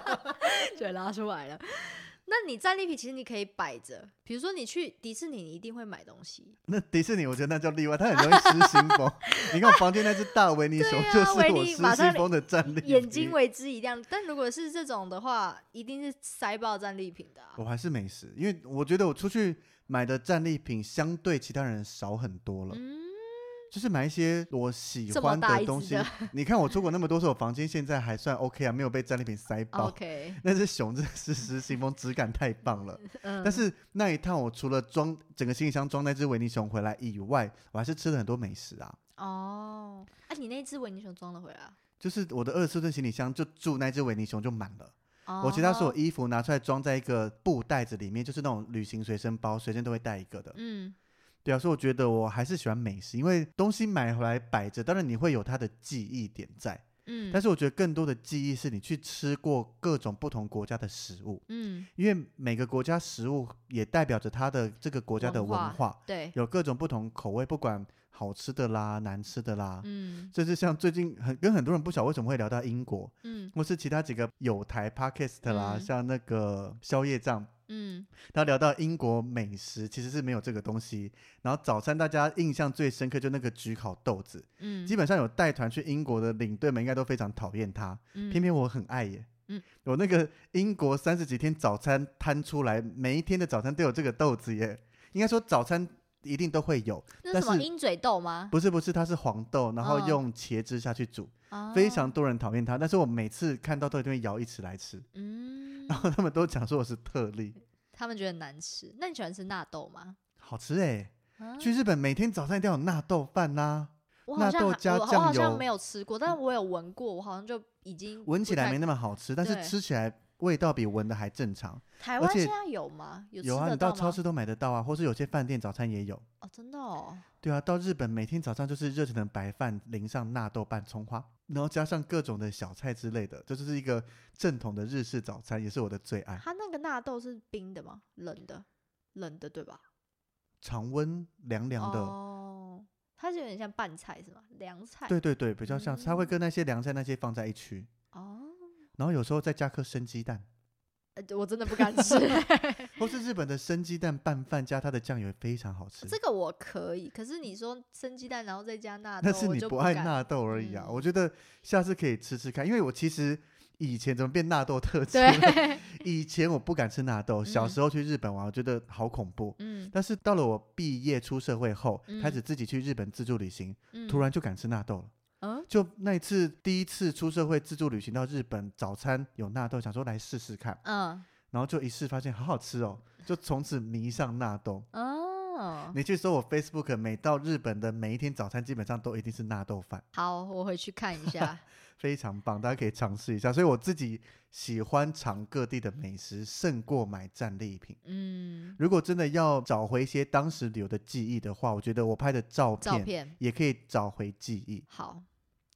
[SPEAKER 1] 就拉出来了。那你战利品其实你可以摆着，比如说你去迪士尼，你一定会买东 西。
[SPEAKER 2] 那迪士尼我觉得那叫例外，它很容易失心疯。你看我房间那只大 维尼熊，
[SPEAKER 1] 对啊
[SPEAKER 2] 就是
[SPEAKER 1] 维
[SPEAKER 2] 我
[SPEAKER 1] 尼马
[SPEAKER 2] 失
[SPEAKER 1] 上
[SPEAKER 2] 心疯的战利
[SPEAKER 1] 眼
[SPEAKER 2] 品
[SPEAKER 1] 睛为之一亮，但如果是这种的话，一定是塞爆战利品的、啊。
[SPEAKER 2] 我还是美食，因为我觉得我出去买的战利品相对其他人少很多了，
[SPEAKER 1] 嗯，
[SPEAKER 2] 就是买一些我喜
[SPEAKER 1] 这么
[SPEAKER 2] 欢
[SPEAKER 1] 大一
[SPEAKER 2] 东
[SPEAKER 1] 只
[SPEAKER 2] 西
[SPEAKER 1] 的。
[SPEAKER 2] 你看我出国那么多次，我房间现在还算 OK 啊，没有被战利品塞爆。
[SPEAKER 1] 哦 OK，
[SPEAKER 2] 那只熊真的是失心疯，质感太棒了。
[SPEAKER 1] 嗯，
[SPEAKER 2] 但是那一趟我除了装整个行李箱装那只维尼熊回来以外，我还是吃了很多美食啊。
[SPEAKER 1] 哦，啊，你那只维尼熊装了回来啊？
[SPEAKER 2] 就是我的二十四寸行李箱就住那只维尼熊就满了。
[SPEAKER 1] 哦
[SPEAKER 2] 我其他所有衣服拿出来装在一个布袋子里面，就是那种旅行随身包，随身都会带一个的。
[SPEAKER 1] 嗯，
[SPEAKER 2] 对啊，所以我觉得我还是喜欢美食，因为东西买回来摆着，当然你会有它的记忆点在，
[SPEAKER 1] 嗯，
[SPEAKER 2] 但
[SPEAKER 1] 是
[SPEAKER 2] 是我觉得更多的记忆是你去吃过各种不同国家的食物，
[SPEAKER 1] 嗯，
[SPEAKER 2] 因为每个国家食物也代表着它的这个国家的
[SPEAKER 1] 文
[SPEAKER 2] 文
[SPEAKER 1] 化
[SPEAKER 2] 化，
[SPEAKER 1] 对，
[SPEAKER 2] 有各种不同口味，不管好吃的啦、难吃的啦，
[SPEAKER 1] 嗯
[SPEAKER 2] 甚至像最近很跟很多人不晓得为什么会聊到英国，
[SPEAKER 1] 嗯
[SPEAKER 2] 或是其他几个有台 podcast 啦，
[SPEAKER 1] 嗯
[SPEAKER 2] 像那个宵夜帐，
[SPEAKER 1] 嗯，
[SPEAKER 2] 他聊到英国美食其实是没有这个东西。然后早餐大家印象最深刻就那个焗烤豆子，
[SPEAKER 1] 嗯，
[SPEAKER 2] 基本上有带团去英国的领队们应该都非常讨厌它，
[SPEAKER 1] 嗯
[SPEAKER 2] 偏偏我很爱耶。
[SPEAKER 1] 嗯，
[SPEAKER 2] 我那个英国三十几天早餐摊出来，每一天的早餐都有这个豆子耶。应该说早餐一定都会有，
[SPEAKER 1] 那
[SPEAKER 2] 但
[SPEAKER 1] 是什么
[SPEAKER 2] 是
[SPEAKER 1] 鹰嘴豆吗？
[SPEAKER 2] 不是不是，它是黄豆，然后
[SPEAKER 1] 哦
[SPEAKER 2] 用茄汁下去煮，
[SPEAKER 1] 啊
[SPEAKER 2] 非常，多人讨厌它，但是我每次看到都一定会舀一匙来吃。
[SPEAKER 1] 嗯，
[SPEAKER 2] 然后他们都讲说我是特例，
[SPEAKER 1] 他们觉得难吃。那你喜欢吃纳豆吗？
[SPEAKER 2] 好吃哎、
[SPEAKER 1] 啊
[SPEAKER 2] 去日本每天早上一定要有纳豆饭啊啦、
[SPEAKER 1] 我
[SPEAKER 2] 纳
[SPEAKER 1] 好像
[SPEAKER 2] 豆
[SPEAKER 1] 还
[SPEAKER 2] 加
[SPEAKER 1] 我我
[SPEAKER 2] 酱
[SPEAKER 1] 好像
[SPEAKER 2] 油嗯
[SPEAKER 1] 没有吃过，但我有闻过，我好像就已经
[SPEAKER 2] 闻起
[SPEAKER 1] 不
[SPEAKER 2] 来
[SPEAKER 1] 太
[SPEAKER 2] 没那么好吃，但是
[SPEAKER 1] 对
[SPEAKER 2] 吃起来味道比闻的还正常。
[SPEAKER 1] 台
[SPEAKER 2] 而
[SPEAKER 1] 湾
[SPEAKER 2] 且
[SPEAKER 1] 现在有吗？有
[SPEAKER 2] 有
[SPEAKER 1] 吃
[SPEAKER 2] 啊，
[SPEAKER 1] 得
[SPEAKER 2] 你到
[SPEAKER 1] 吗
[SPEAKER 2] 超市都买得到啊，或是有些饭店早餐也有。
[SPEAKER 1] 哦，真的哦，
[SPEAKER 2] 对啊，到日本每天早上就是热腾腾白饭，淋上纳豆拌葱花，然后加上各种的小菜之类的，这就是一个正统的日式早餐，也是我的最爱。
[SPEAKER 1] 它那个纳豆是冰的吗？冷的，冷的对吧？
[SPEAKER 2] 常温凉凉的，
[SPEAKER 1] 哦，它是有点像拌菜是吗？凉菜。
[SPEAKER 2] 对对对，比较像，它会
[SPEAKER 1] 嗯
[SPEAKER 2] 跟那些凉菜那些放在一区，
[SPEAKER 1] 哦，
[SPEAKER 2] 然后有时候再加颗生鸡蛋。
[SPEAKER 1] 呃我真的不敢吃，
[SPEAKER 2] 或是日本的生鸡蛋拌饭加它的酱油也非常好吃。
[SPEAKER 1] 哦这个我可以。可是你说生鸡蛋然后再加纳豆，
[SPEAKER 2] 但是
[SPEAKER 1] 我
[SPEAKER 2] 你
[SPEAKER 1] 就
[SPEAKER 2] 不爱
[SPEAKER 1] 敢。
[SPEAKER 2] 纳豆而已啊，
[SPEAKER 1] 嗯
[SPEAKER 2] 我觉得下次可以吃吃看，因为我其实以前怎么变纳豆特质？
[SPEAKER 1] 对，
[SPEAKER 2] 以前我不敢吃纳 豆，小
[SPEAKER 1] 嗯
[SPEAKER 2] 时候去日本玩，我觉得好恐怖。
[SPEAKER 1] 嗯
[SPEAKER 2] 但是到了我毕业出社会后，
[SPEAKER 1] 嗯
[SPEAKER 2] 开始自己去日本自助旅行，
[SPEAKER 1] 嗯，
[SPEAKER 2] 突然就敢吃纳豆了。
[SPEAKER 1] 嗯
[SPEAKER 2] 就那一次，第一次出社会自助旅行到日本，早餐有纳豆，想说来试试看，
[SPEAKER 1] 嗯
[SPEAKER 2] 然后就一试发现好好吃哦，就从此迷上纳豆。
[SPEAKER 1] 哦，
[SPEAKER 2] 你去搜我 Facebook，每到日本的每一天早餐基本上都一定是纳豆饭，
[SPEAKER 1] 好，我回去看一 下。
[SPEAKER 2] 非常棒，大家可以尝试一下。所以我自己喜欢尝各地的美食，胜过买战利品。
[SPEAKER 1] 嗯，
[SPEAKER 2] 如果真的要找回一些当时旅游的记忆的话，我觉得我拍的照
[SPEAKER 1] 照
[SPEAKER 2] 片
[SPEAKER 1] 片。
[SPEAKER 2] 也可以找回记忆
[SPEAKER 1] 好，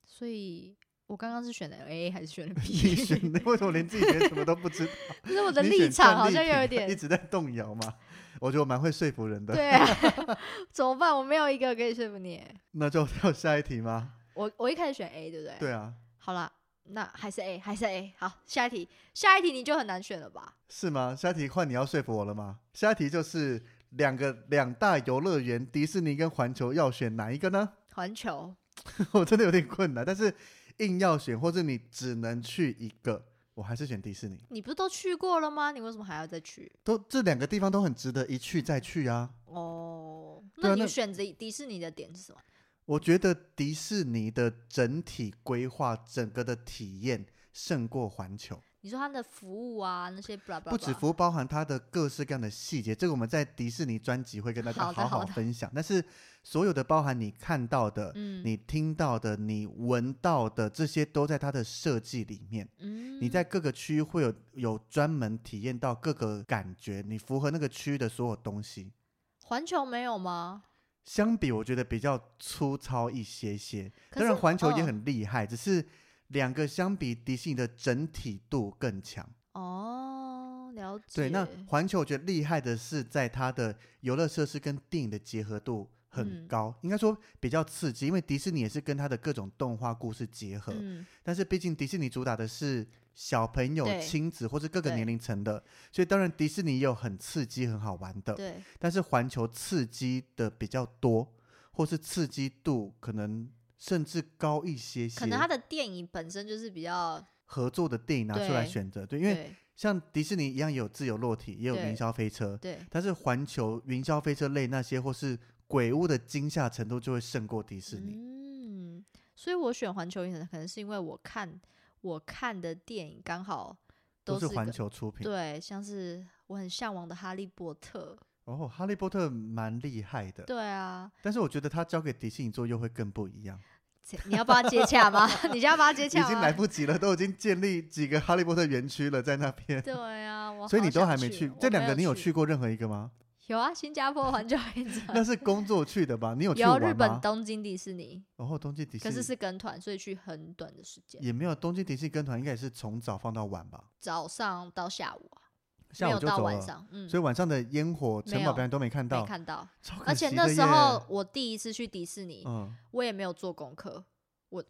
[SPEAKER 1] 所以我刚刚是选的 A 还是选的 B？
[SPEAKER 2] 你选的为什么连自己选什么都不知道？
[SPEAKER 1] 可 是我的
[SPEAKER 2] 你
[SPEAKER 1] 立
[SPEAKER 2] 选
[SPEAKER 1] 场
[SPEAKER 2] 战
[SPEAKER 1] 好
[SPEAKER 2] 利
[SPEAKER 1] 像
[SPEAKER 2] 品
[SPEAKER 1] 有
[SPEAKER 2] 一
[SPEAKER 1] 点
[SPEAKER 2] 直在动摇嘛。我觉得我蛮会说服人的。
[SPEAKER 1] 对、 啊， 怎么办？我没有一个可以说服你耶。
[SPEAKER 2] 那就跳下一题吗？
[SPEAKER 1] 我我一开始选 A，对不 对？。
[SPEAKER 2] 对啊，
[SPEAKER 1] 好啦，那还是 A，还是 A。好，下一题，下一题你就很难选了吧？
[SPEAKER 2] 是吗？下一题换你要说服我了吗？下一题就是两个两大游乐园，迪士尼跟环球要选哪一个呢？
[SPEAKER 1] 环球，
[SPEAKER 2] 我真的有点困难。但是硬要选，或者你只能去一个，我还是选迪士尼。
[SPEAKER 1] 你不是都去过了吗？你为什么还要再去？
[SPEAKER 2] 都这两个地方都很值得一去再去啊！
[SPEAKER 1] 哦，
[SPEAKER 2] 对啊
[SPEAKER 1] 那你
[SPEAKER 2] 那
[SPEAKER 1] 选择迪士尼的点是什么？
[SPEAKER 2] 我觉得迪士尼的整体规划、整个的体验胜过环球，
[SPEAKER 1] 你说它的服务啊，那些 blah blah，
[SPEAKER 2] 不止
[SPEAKER 1] blah
[SPEAKER 2] 服务包含它的各式各样的细节，这个我们在迪士尼专辑会跟大家
[SPEAKER 1] 好的
[SPEAKER 2] 好
[SPEAKER 1] 好
[SPEAKER 2] 好
[SPEAKER 1] 的
[SPEAKER 2] 分享。但是所有的包含你看到的、
[SPEAKER 1] 嗯，
[SPEAKER 2] 你听到的、你闻到的，这些都在它的设计里面。
[SPEAKER 1] 嗯，
[SPEAKER 2] 你在各个区域会有有专门体验到各个感觉，你符合那个区域的所有东西。
[SPEAKER 1] 环球没有吗？
[SPEAKER 2] 相比，我觉得比较粗糙一些些。
[SPEAKER 1] 可
[SPEAKER 2] 当然，
[SPEAKER 1] 是
[SPEAKER 2] 环球也
[SPEAKER 1] 嗯
[SPEAKER 2] 很厉害，只是两个相比，迪士尼的整体度更强。
[SPEAKER 1] 哦，了解。
[SPEAKER 2] 对，那环球我觉得厉害的是在它的游乐设施跟电影的结合度很
[SPEAKER 1] 嗯
[SPEAKER 2] 高，应该说比较刺激，因为迪士尼也是跟它的各种动画故事结合。
[SPEAKER 1] 嗯，
[SPEAKER 2] 但是毕竟迪士尼主打的是小朋友、
[SPEAKER 1] 对
[SPEAKER 2] 亲子或是各个
[SPEAKER 1] 对
[SPEAKER 2] 年龄层的，所以当然迪士尼也有很刺激、很好玩的。
[SPEAKER 1] 对，
[SPEAKER 2] 但是环球刺激的比较多，或是刺激度可能甚至高一些些。
[SPEAKER 1] 可能它的电影本身就是比较，
[SPEAKER 2] 合作的电影拿出来
[SPEAKER 1] 对
[SPEAKER 2] 选择，对，因为
[SPEAKER 1] 对
[SPEAKER 2] 像迪士尼一样也有自由落体，也有
[SPEAKER 1] 对
[SPEAKER 2] 云霄飞车，
[SPEAKER 1] 对，
[SPEAKER 2] 但是环球云霄飞车类那些或是鬼屋的惊吓程度就会胜过迪士尼。
[SPEAKER 1] 嗯，所以我选环球影城，可能是因为我看我看的电影刚好
[SPEAKER 2] 都
[SPEAKER 1] 是
[SPEAKER 2] 是环
[SPEAKER 1] 跟
[SPEAKER 2] 球出品
[SPEAKER 1] 对，像是我很向往的《哈利波特
[SPEAKER 2] 哦，《哈利波特》蛮厉害的》，，
[SPEAKER 1] 对啊，
[SPEAKER 2] 但是我觉得他交给迪士尼做又会更不一样，
[SPEAKER 1] 切你要帮他接洽 吗？你现在要帮他接
[SPEAKER 2] 已
[SPEAKER 1] 洽吗？
[SPEAKER 2] 经来不及了，都已经建立几个哈利波特园区了，在那边，
[SPEAKER 1] 对啊，我
[SPEAKER 2] 所以
[SPEAKER 1] 好
[SPEAKER 2] 你都
[SPEAKER 1] 想
[SPEAKER 2] 还没
[SPEAKER 1] 去
[SPEAKER 2] 去
[SPEAKER 1] 哦，。
[SPEAKER 2] 这
[SPEAKER 1] 我
[SPEAKER 2] 两
[SPEAKER 1] 没
[SPEAKER 2] 个你有
[SPEAKER 1] 去？
[SPEAKER 2] 去过任何一个吗？
[SPEAKER 1] 有啊，新加坡环球影
[SPEAKER 2] 那
[SPEAKER 1] 城，
[SPEAKER 2] 是工作去的吧？你有去
[SPEAKER 1] 有
[SPEAKER 2] 玩
[SPEAKER 1] 日本
[SPEAKER 2] 吗？
[SPEAKER 1] 东京迪士尼，
[SPEAKER 2] 然后东京迪士
[SPEAKER 1] 可
[SPEAKER 2] 尼，
[SPEAKER 1] 是是跟团，所以去很短的时间，
[SPEAKER 2] 也没有东京迪士尼跟团，应该也是从早放到晚吧，
[SPEAKER 1] 早上到下午啊，
[SPEAKER 2] 下
[SPEAKER 1] 没
[SPEAKER 2] 午
[SPEAKER 1] 有
[SPEAKER 2] 就
[SPEAKER 1] 到
[SPEAKER 2] 走
[SPEAKER 1] 晚
[SPEAKER 2] 了。
[SPEAKER 1] 上，嗯，
[SPEAKER 2] 所以晚上的烟火城
[SPEAKER 1] 没
[SPEAKER 2] 堡
[SPEAKER 1] 有
[SPEAKER 2] 表演都没看
[SPEAKER 1] 没
[SPEAKER 2] 到，
[SPEAKER 1] 看到。
[SPEAKER 2] 超可
[SPEAKER 1] 而
[SPEAKER 2] 惜
[SPEAKER 1] 且
[SPEAKER 2] 的
[SPEAKER 1] 那时
[SPEAKER 2] 耶
[SPEAKER 1] 候我第一次去迪士尼，
[SPEAKER 2] 嗯，
[SPEAKER 1] 我也没有做功课，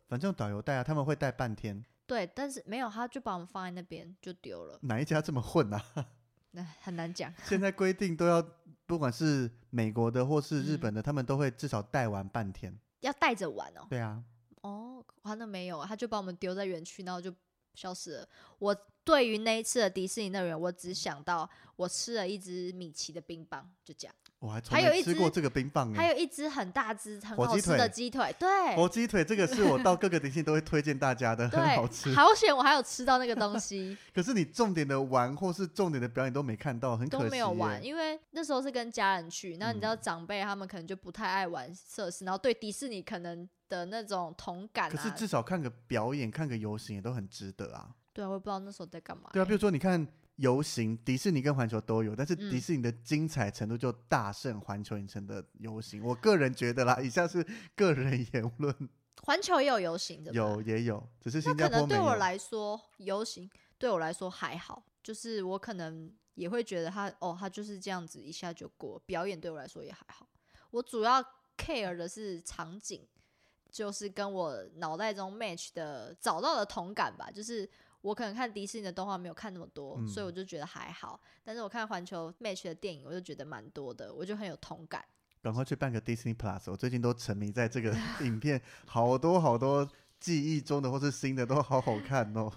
[SPEAKER 2] 反正导游带啊，他们会带半天，
[SPEAKER 1] 对，但是没有，他就把我们放在那边就丢了，
[SPEAKER 2] 哪一家这么混啊？
[SPEAKER 1] 那很难讲。
[SPEAKER 2] 现在规定都要，不管是美国的或是
[SPEAKER 1] 嗯
[SPEAKER 2] 日本的，他们都会至少带完半天。
[SPEAKER 1] 要带着玩哦。
[SPEAKER 2] 对啊，
[SPEAKER 1] 哦，他那没有，他就把我们丢在园区，然后就消失了。我对于那一次的迪士尼乐园，我只想到我吃了一只米奇的冰棒，就这样。
[SPEAKER 2] 我还从
[SPEAKER 1] 还有
[SPEAKER 2] 没
[SPEAKER 1] 一
[SPEAKER 2] 吃过
[SPEAKER 1] 只
[SPEAKER 2] 这个冰棒
[SPEAKER 1] 还
[SPEAKER 2] 哎。
[SPEAKER 1] 有一只很大只、很
[SPEAKER 2] 火
[SPEAKER 1] 好
[SPEAKER 2] 鸡
[SPEAKER 1] 吃的
[SPEAKER 2] 腿
[SPEAKER 1] 鸡腿，对
[SPEAKER 2] 火鸡腿这个是我到各个迪士尼都会推荐大家 的，很好
[SPEAKER 1] 对，
[SPEAKER 2] 吃。
[SPEAKER 1] 好险我还有吃到那个东西，
[SPEAKER 2] 可是你重点的玩或是重点的表演都没看到， 很可
[SPEAKER 1] 都
[SPEAKER 2] 惜耶。嗯
[SPEAKER 1] 没有玩，因为那时候是跟家人去，那你知道长辈他们可能就不太爱玩设施，然后对迪士尼可能的那种同感
[SPEAKER 2] 可是
[SPEAKER 1] 啊，
[SPEAKER 2] 至少看个表演、看个游行也都很值得啊。
[SPEAKER 1] 对啊，我也不知道那时候在干嘛欸、
[SPEAKER 2] 对啊，比如说你看游行，迪士尼跟环球都有，但是
[SPEAKER 1] 嗯
[SPEAKER 2] 迪士尼的精彩程度就大胜环球影城的游行。我个人觉得啦，以下是个人言论，
[SPEAKER 1] 环球也有游行的，
[SPEAKER 2] 有也有，嗯只是
[SPEAKER 1] 那
[SPEAKER 2] 新加
[SPEAKER 1] 可
[SPEAKER 2] 坡
[SPEAKER 1] 能
[SPEAKER 2] 没
[SPEAKER 1] 对我
[SPEAKER 2] 有。
[SPEAKER 1] 来说，游行对我来说还好，就是我可能也会觉得他哦，他就是这样子一下就过，表演对我来说也还好。我主要 care 的是场景，就是跟我脑袋中 match 的找到的同感吧，就是。我可能看迪士尼的动画没有看那么多，
[SPEAKER 2] 嗯
[SPEAKER 1] 所以我就觉得还好。但是我看环球 match 的电影，我就觉得蛮多的，我就很有同感。
[SPEAKER 2] 赶快去办个 Disney Plus，我最近都沉迷在这个影片，好多好多记忆中的或是新的都好好看哦。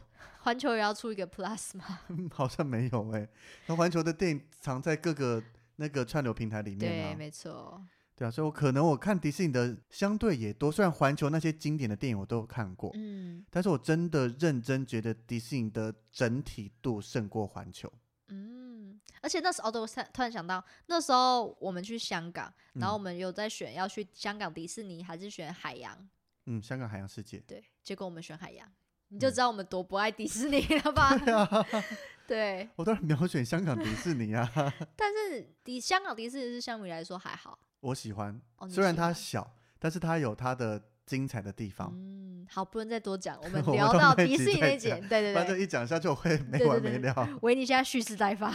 [SPEAKER 1] 环球也要出一个 Plus 吗？
[SPEAKER 2] 嗯好像没有哎、那环球的电影藏在各个那个串流平台里面啊
[SPEAKER 1] 对，。没错。
[SPEAKER 2] 对啊，所以我可能我看迪士尼的相对也多，虽然环球那些经典的电影我都有看过，
[SPEAKER 1] 嗯
[SPEAKER 2] 但是我真的认真觉得迪士尼的整体度胜过环球。
[SPEAKER 1] 嗯，而且那时候，哦，对，我突然突然想到，那时候我们去香港，然
[SPEAKER 2] 嗯
[SPEAKER 1] 后我们有在选要去香港迪士尼还是选海洋，
[SPEAKER 2] 嗯，香港海洋世界。
[SPEAKER 1] 对，结果我们选海洋，你
[SPEAKER 2] 嗯
[SPEAKER 1] 就知道我们多不爱迪士尼 了吧？
[SPEAKER 2] 对啊，
[SPEAKER 1] 对，
[SPEAKER 2] 我当然秒选香港迪士尼啊，
[SPEAKER 1] 但是迪香港迪士尼是相比来说还好，
[SPEAKER 2] 我喜欢。
[SPEAKER 1] 哦你
[SPEAKER 2] 虽然
[SPEAKER 1] 喜
[SPEAKER 2] 它
[SPEAKER 1] 欢
[SPEAKER 2] 小，但是它有它的精彩的地方。
[SPEAKER 1] 嗯，好，不能再多讲，我们
[SPEAKER 2] 我们
[SPEAKER 1] 聊
[SPEAKER 2] 到
[SPEAKER 1] 到
[SPEAKER 2] 那一
[SPEAKER 1] 迪
[SPEAKER 2] 集
[SPEAKER 1] 士尼
[SPEAKER 2] 再
[SPEAKER 1] 那节
[SPEAKER 2] 讲，
[SPEAKER 1] 对 对
[SPEAKER 2] 反正
[SPEAKER 1] 对，
[SPEAKER 2] 一讲下去我会没
[SPEAKER 1] 对
[SPEAKER 2] 完
[SPEAKER 1] 对
[SPEAKER 2] 没
[SPEAKER 1] 对
[SPEAKER 2] 了。
[SPEAKER 1] 维尼现在蓄势待发，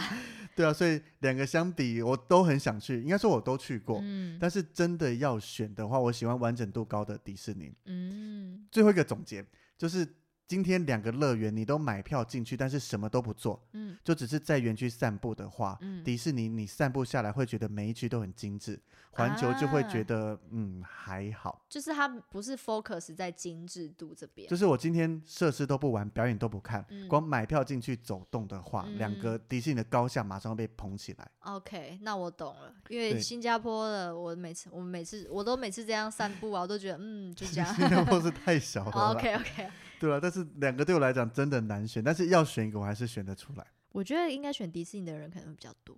[SPEAKER 2] 对啊，所以两个相比，我都很想去，应该 说我都去过。
[SPEAKER 1] 嗯
[SPEAKER 2] 但是真的要选的话，我喜欢完整度高的迪士尼。
[SPEAKER 1] 嗯
[SPEAKER 2] 最后一个总结就是，今天两个乐园你都买票进去，但是什么都不做，
[SPEAKER 1] 嗯
[SPEAKER 2] 就只是在园区散步的话，
[SPEAKER 1] 嗯，
[SPEAKER 2] 迪士尼你散步下来会觉得每一区都很精致，环球就会
[SPEAKER 1] 啊
[SPEAKER 2] 觉得、嗯还好。
[SPEAKER 1] 就是他不是 focus 在精致度这边
[SPEAKER 2] 就，是我今天设施都不玩，表演都不看，
[SPEAKER 1] 嗯
[SPEAKER 2] 光买票进去走动的话，两
[SPEAKER 1] 嗯
[SPEAKER 2] 个迪士尼的高下马上被捧起来。
[SPEAKER 1] OK，那我懂了，因为
[SPEAKER 2] 对
[SPEAKER 1] 新加坡的，我每次我每次我都每次这样散步啊，我都觉得嗯，就 这样。 哦
[SPEAKER 2] 新加坡是太小了啦
[SPEAKER 1] OK OK，
[SPEAKER 2] 对啊，但是两个对我来讲真的难选，但是要选一个我还是选得出来。
[SPEAKER 1] 我觉得应该选迪士尼的人可能比较多。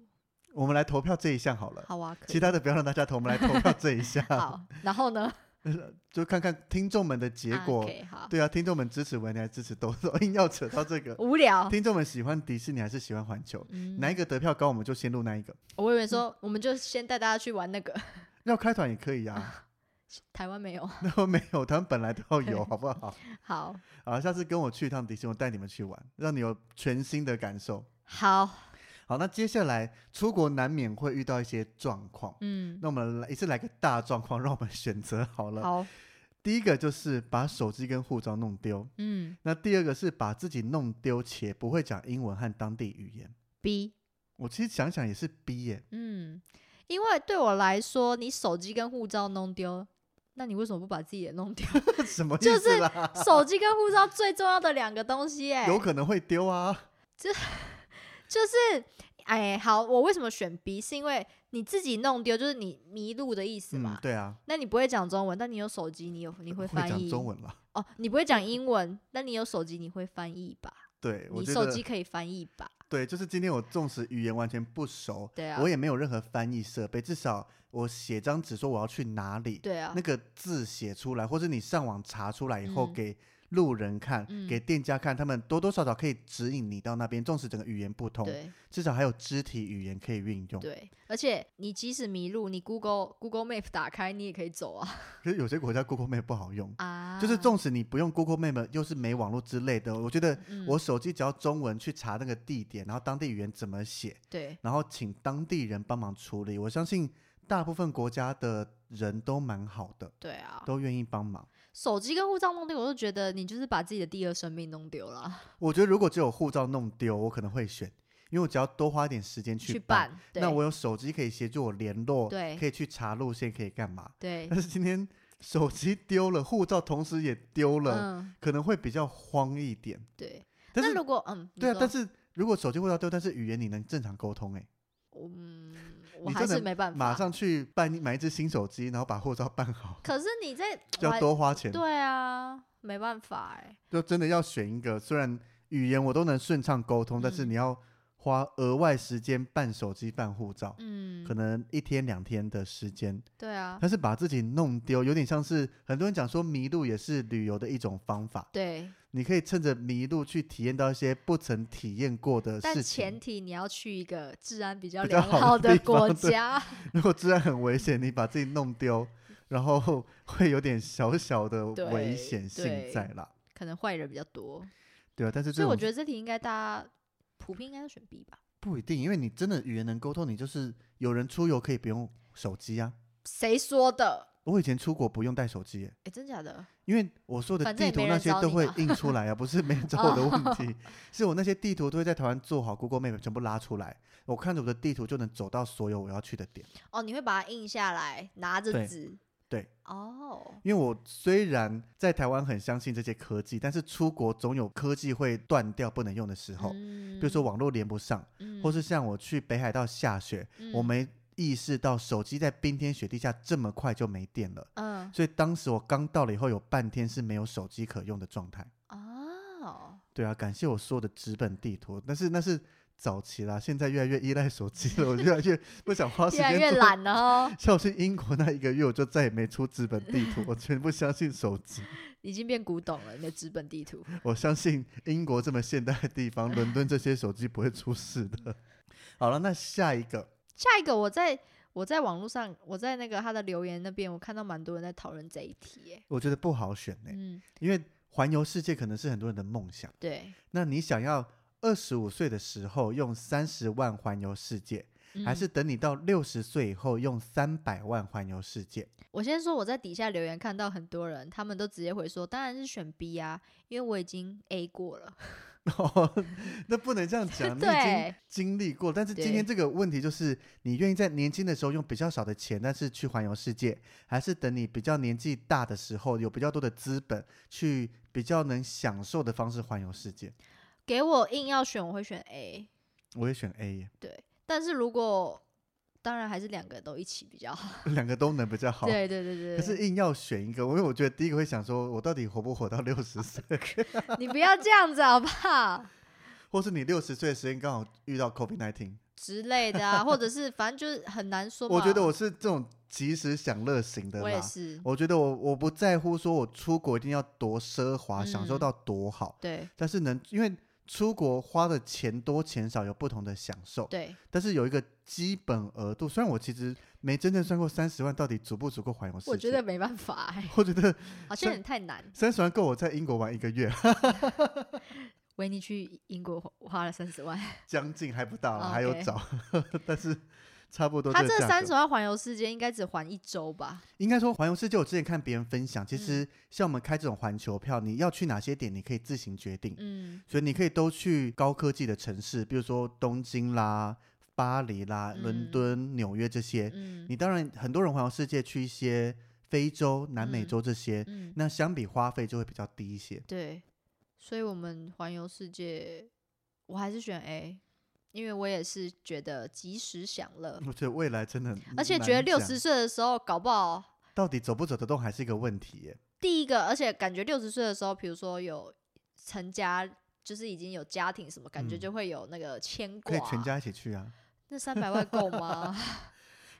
[SPEAKER 2] 我们来投票这一项好了，
[SPEAKER 1] 好啊，可
[SPEAKER 2] 其
[SPEAKER 1] 以。
[SPEAKER 2] 他的不要让大家投，我们来投票这一项，
[SPEAKER 1] 好，然后呢？
[SPEAKER 2] 就看看听众们的结
[SPEAKER 1] 啊
[SPEAKER 2] 果。
[SPEAKER 1] OK，好，，
[SPEAKER 2] 对啊，听众们支持维尼还是支持豆豆， 硬要扯到这个
[SPEAKER 1] 无聊。
[SPEAKER 2] 听众们喜欢迪士尼还是喜欢环球？
[SPEAKER 1] 嗯，
[SPEAKER 2] 哪一个得票高，我们就先录哪一个。
[SPEAKER 1] 我以为说我们就先带大家去玩那个，
[SPEAKER 2] 要开团也可以啊，
[SPEAKER 1] 台湾没有。
[SPEAKER 2] 那我没有，他们本来都要 有，好不好？
[SPEAKER 1] 好，
[SPEAKER 2] 好，下次跟我去一趟迪士尼，我带你们去玩，让你有全新的感受。
[SPEAKER 1] 好，
[SPEAKER 2] 好，那接下来出国难免会遇到一些状况，
[SPEAKER 1] 嗯，
[SPEAKER 2] 那我们来一次来个大状况，让我们选择好了。
[SPEAKER 1] 好，
[SPEAKER 2] 第一个就是把手机跟护照弄丢，
[SPEAKER 1] 嗯
[SPEAKER 2] 那第二个是把自己弄丢且不会讲英文和当地语言。
[SPEAKER 1] ，B，
[SPEAKER 2] 我其实想想也是 B 耶、
[SPEAKER 1] 嗯，因为对我来说，你手机跟护照弄丢，那你为什么不把自己也弄丢？
[SPEAKER 2] 什么意
[SPEAKER 1] 就
[SPEAKER 2] 思
[SPEAKER 1] 是
[SPEAKER 2] 啦？
[SPEAKER 1] 手机跟护照最重要的两个东西、欸，
[SPEAKER 2] 有可能会丢啊，
[SPEAKER 1] 就是，哎，好，我为什么选 B？是因为你自己弄丢，就是你迷路的意思
[SPEAKER 2] 嗯
[SPEAKER 1] 嘛，。
[SPEAKER 2] 对啊，
[SPEAKER 1] 那你不会讲中文，但你有手机，你有你会翻
[SPEAKER 2] 讲
[SPEAKER 1] 译
[SPEAKER 2] 中文啦。
[SPEAKER 1] 哦。你不会讲英文，但你有手机，你会翻译吧？
[SPEAKER 2] 对，我
[SPEAKER 1] 你
[SPEAKER 2] 觉
[SPEAKER 1] 手
[SPEAKER 2] 得
[SPEAKER 1] 机可以翻译吧？
[SPEAKER 2] 对，就是今天我纵使语言完全不熟，
[SPEAKER 1] 对啊
[SPEAKER 2] 我也没有任何翻译设备，至少我写张纸说我要去哪里，
[SPEAKER 1] 对啊
[SPEAKER 2] 那，个字写出来，或者你上网查出来以后
[SPEAKER 1] 嗯
[SPEAKER 2] 给路人看、
[SPEAKER 1] 嗯
[SPEAKER 2] 给店家看，他们多多少少可以指引你到那边，纵使整个语言不通，
[SPEAKER 1] 对
[SPEAKER 2] 至少还有肢体语言可以运用。
[SPEAKER 1] 对，而且你即使迷路，你 Google Google Map 打开，你也可以走 啊
[SPEAKER 2] 可是有些国家 Google Map 不好用。
[SPEAKER 1] 啊！
[SPEAKER 2] 就是纵使你不用 Google Map，又是没网络之类的，我觉得
[SPEAKER 1] 嗯
[SPEAKER 2] 我手机只要中文去查那个地点，然后当地语言怎么写，
[SPEAKER 1] 对
[SPEAKER 2] 然后请当地人帮忙处理。我相信大部分国家的人都蛮好的，
[SPEAKER 1] 对啊，
[SPEAKER 2] 都愿意帮忙。
[SPEAKER 1] 手机跟护照弄丢，我就觉得你就是把自己的第二生命弄丢了，
[SPEAKER 2] 我觉得如果只有护照弄丢，我可能会选，因为我只要多花一点时间
[SPEAKER 1] 去
[SPEAKER 2] 办。
[SPEAKER 1] 办。对
[SPEAKER 2] 那我有手机可以协助我联络，
[SPEAKER 1] 对
[SPEAKER 2] 可以去查路线，可以干嘛？
[SPEAKER 1] 对，
[SPEAKER 2] 但是今天手机丢了，护照同时也丢了，
[SPEAKER 1] 嗯，
[SPEAKER 2] 可能会比较慌一点。
[SPEAKER 1] 对。
[SPEAKER 2] 但
[SPEAKER 1] 那
[SPEAKER 2] 是
[SPEAKER 1] 如果嗯，你
[SPEAKER 2] 对啊，
[SPEAKER 1] 说
[SPEAKER 2] 但是如果手机护照丢，但是语言你能正常沟通、欸，
[SPEAKER 1] 嗯，我
[SPEAKER 2] 你
[SPEAKER 1] 还
[SPEAKER 2] 真
[SPEAKER 1] 是
[SPEAKER 2] 的
[SPEAKER 1] 没办法。
[SPEAKER 2] 马上去办买一只新手机，然后把护照办 好，
[SPEAKER 1] 可是你在
[SPEAKER 2] 就
[SPEAKER 1] 我
[SPEAKER 2] 要
[SPEAKER 1] 还
[SPEAKER 2] 多花钱。
[SPEAKER 1] 对啊，没办法哎、
[SPEAKER 2] 就真的要选一个，虽然语言我都能顺畅沟通，但是
[SPEAKER 1] 嗯
[SPEAKER 2] 你要花额外时间办手机、办护照，
[SPEAKER 1] 嗯，
[SPEAKER 2] 可能一天两天的时间。
[SPEAKER 1] 对啊，
[SPEAKER 2] 但是把自己弄丢，有点像是很多人讲说迷路也是旅游的一种方法，
[SPEAKER 1] 对，
[SPEAKER 2] 你可以趁着迷路去体验到一些不曾体验过的
[SPEAKER 1] 但
[SPEAKER 2] 事
[SPEAKER 1] 前
[SPEAKER 2] 情。
[SPEAKER 1] 提你要去一个治安比较
[SPEAKER 2] 比较
[SPEAKER 1] 良
[SPEAKER 2] 好的
[SPEAKER 1] 好的
[SPEAKER 2] 地
[SPEAKER 1] 国
[SPEAKER 2] 方对
[SPEAKER 1] 家，
[SPEAKER 2] 如果治安很危险，你把自己弄丢，然后会有点小小的
[SPEAKER 1] 对
[SPEAKER 2] 危险性
[SPEAKER 1] 对
[SPEAKER 2] 在啦。
[SPEAKER 1] 可能坏人比较多，
[SPEAKER 2] 对啊，但是
[SPEAKER 1] 所
[SPEAKER 2] 这
[SPEAKER 1] 以我
[SPEAKER 2] 种
[SPEAKER 1] 觉得这题应该大家普遍应该要选 B 吧？
[SPEAKER 2] 不一定，因为你真的语言能沟通，你就是有人出游可以不用手机啊。
[SPEAKER 1] 谁说的？
[SPEAKER 2] 我以前出国不用带手机耶，
[SPEAKER 1] 哎，真假的？
[SPEAKER 2] 因为我说的
[SPEAKER 1] 反正
[SPEAKER 2] 地
[SPEAKER 1] 也
[SPEAKER 2] 图
[SPEAKER 1] 没
[SPEAKER 2] 那
[SPEAKER 1] 人
[SPEAKER 2] 些
[SPEAKER 1] 找
[SPEAKER 2] 都
[SPEAKER 1] 你哦
[SPEAKER 2] 会
[SPEAKER 1] 嘛
[SPEAKER 2] 印出来啊，不是 没人找我的问题，是我那些地图都会在台湾做好，Google Map 全部拉出来，我看着我的地图就能走到所有我要去的点。
[SPEAKER 1] 哦，你会把它印下来，拿着
[SPEAKER 2] 对
[SPEAKER 1] 纸。
[SPEAKER 2] 对。
[SPEAKER 1] 哦，
[SPEAKER 2] 因为我虽然在台湾很相信这些科技，但是出国总有科技会断掉不能用的时候，
[SPEAKER 1] 嗯
[SPEAKER 2] 比如说，网络连不上，
[SPEAKER 1] 嗯
[SPEAKER 2] 或是像我去北海道下雪，我，没意识到手机在冰天雪地下这么快就没电了。
[SPEAKER 1] 嗯
[SPEAKER 2] 所以当时我刚到了以后，有半天是没有手机可用的状态。
[SPEAKER 1] 嗯，哦，
[SPEAKER 2] 对啊，感谢我所有的纸本地图，但是那是早期啦，现在越来越依赖手机了，我越来越不想花时
[SPEAKER 1] 越
[SPEAKER 2] 间
[SPEAKER 1] 来越
[SPEAKER 2] 做。
[SPEAKER 1] 懒了哦，
[SPEAKER 2] 像我去英国那一个月，我就再也没出纸本地图，我全部相信手机。
[SPEAKER 1] 已经变古董了，你的纸本地图。
[SPEAKER 2] 我相信英国这么现代的地方，伦敦这些手机不会出事的。好了，那下一个，
[SPEAKER 1] 下一个我在我在网络上，我在那个他的留言那边，我看到蛮多人在讨论这一题耶。
[SPEAKER 2] 我觉得不好选呢、
[SPEAKER 1] 嗯，
[SPEAKER 2] 因为环游世界可能是很多人的梦想。
[SPEAKER 1] 对，
[SPEAKER 2] 那你想要二十五岁的时候用三十万环游世界，还
[SPEAKER 1] 嗯
[SPEAKER 2] 是等你到六十岁以后用三百万环游世界？
[SPEAKER 1] 我先说我在底下留言看到很多人，他们都直接回说，当然是选 B 啊，因为我已经 A 过了。
[SPEAKER 2] 哦，那不能这样 讲，你已经
[SPEAKER 1] 对
[SPEAKER 2] 经历过。但是今天这个问题就是，你愿意在年轻的时候用比较少的钱，但是去环游世界，还是等你比较年纪大的时候，有比较多的资本，去比较能享受的方式环游世界？
[SPEAKER 1] 给我硬要选，我会选 A。
[SPEAKER 2] 我也选 A，耶
[SPEAKER 1] 对，但是如果当然还是两个都一起比较好。
[SPEAKER 2] 两个都能比较好。
[SPEAKER 1] 对对对对。
[SPEAKER 2] 可是硬要选一个，因为我觉得第一个会想说，我到底活不活到六十岁，
[SPEAKER 1] 你不要这样子好不好？
[SPEAKER 2] 或是你六十岁的时间刚好遇到 COVID nineteen。
[SPEAKER 1] 之类的啊，或者是反正就是很难说嘛。
[SPEAKER 2] 我觉得我是这种及时享乐型的啦。
[SPEAKER 1] 我也是，
[SPEAKER 2] 我觉得我我不在乎说我出国一定要多奢华，享受
[SPEAKER 1] 嗯
[SPEAKER 2] 到多好，
[SPEAKER 1] 对
[SPEAKER 2] 但是能因为出国花的钱多钱少有不同的享受，
[SPEAKER 1] 对，
[SPEAKER 2] 但是有一个基本额度。虽然我其实没真正算过三十万到底足不足够环游世界，
[SPEAKER 1] 我觉得没办法、欸，
[SPEAKER 2] 我觉得
[SPEAKER 1] 好像有点太难。
[SPEAKER 2] 三十万够我在英国玩一个月，
[SPEAKER 1] 维尼去英国花花了三十万，
[SPEAKER 2] 将近还不到了，
[SPEAKER 1] 哦
[SPEAKER 2] 还有
[SPEAKER 1] OK
[SPEAKER 2] 找， 但是差不多
[SPEAKER 1] 他
[SPEAKER 2] 这
[SPEAKER 1] 这
[SPEAKER 2] 个价
[SPEAKER 1] 三
[SPEAKER 2] 格
[SPEAKER 1] 十。万环游世界应该只环一周吧？
[SPEAKER 2] 应该说环游世界，我之前看别人分享，其
[SPEAKER 1] 嗯
[SPEAKER 2] 实像我们开这种环球票，你要去哪些点，你可以自行决定。
[SPEAKER 1] 嗯
[SPEAKER 2] 所以你可以都去高科技的城市，比如说东京啦、巴黎啦、伦
[SPEAKER 1] 嗯
[SPEAKER 2] 敦、纽约这些。
[SPEAKER 1] 嗯
[SPEAKER 2] 你当然很多人环游世界去一些非洲、南美洲这些，
[SPEAKER 1] 嗯，
[SPEAKER 2] 那相比花费就会比较低一些。
[SPEAKER 1] 对，所以我们环游世界，我还是选 A，因为我也是觉得及时享乐，
[SPEAKER 2] 我觉得未来真的很嗯难讲，
[SPEAKER 1] 而且觉得六十岁的时候搞不好
[SPEAKER 2] 到底走不走得动还是一个问题耶。
[SPEAKER 1] 第一个，而且感觉六十岁的时候，比如说有成家，就是已经有家庭什么，感觉
[SPEAKER 2] 嗯
[SPEAKER 1] 就会有那个牵
[SPEAKER 2] 可
[SPEAKER 1] 挂。
[SPEAKER 2] 以全家一起去啊。
[SPEAKER 1] 那三百万够吗？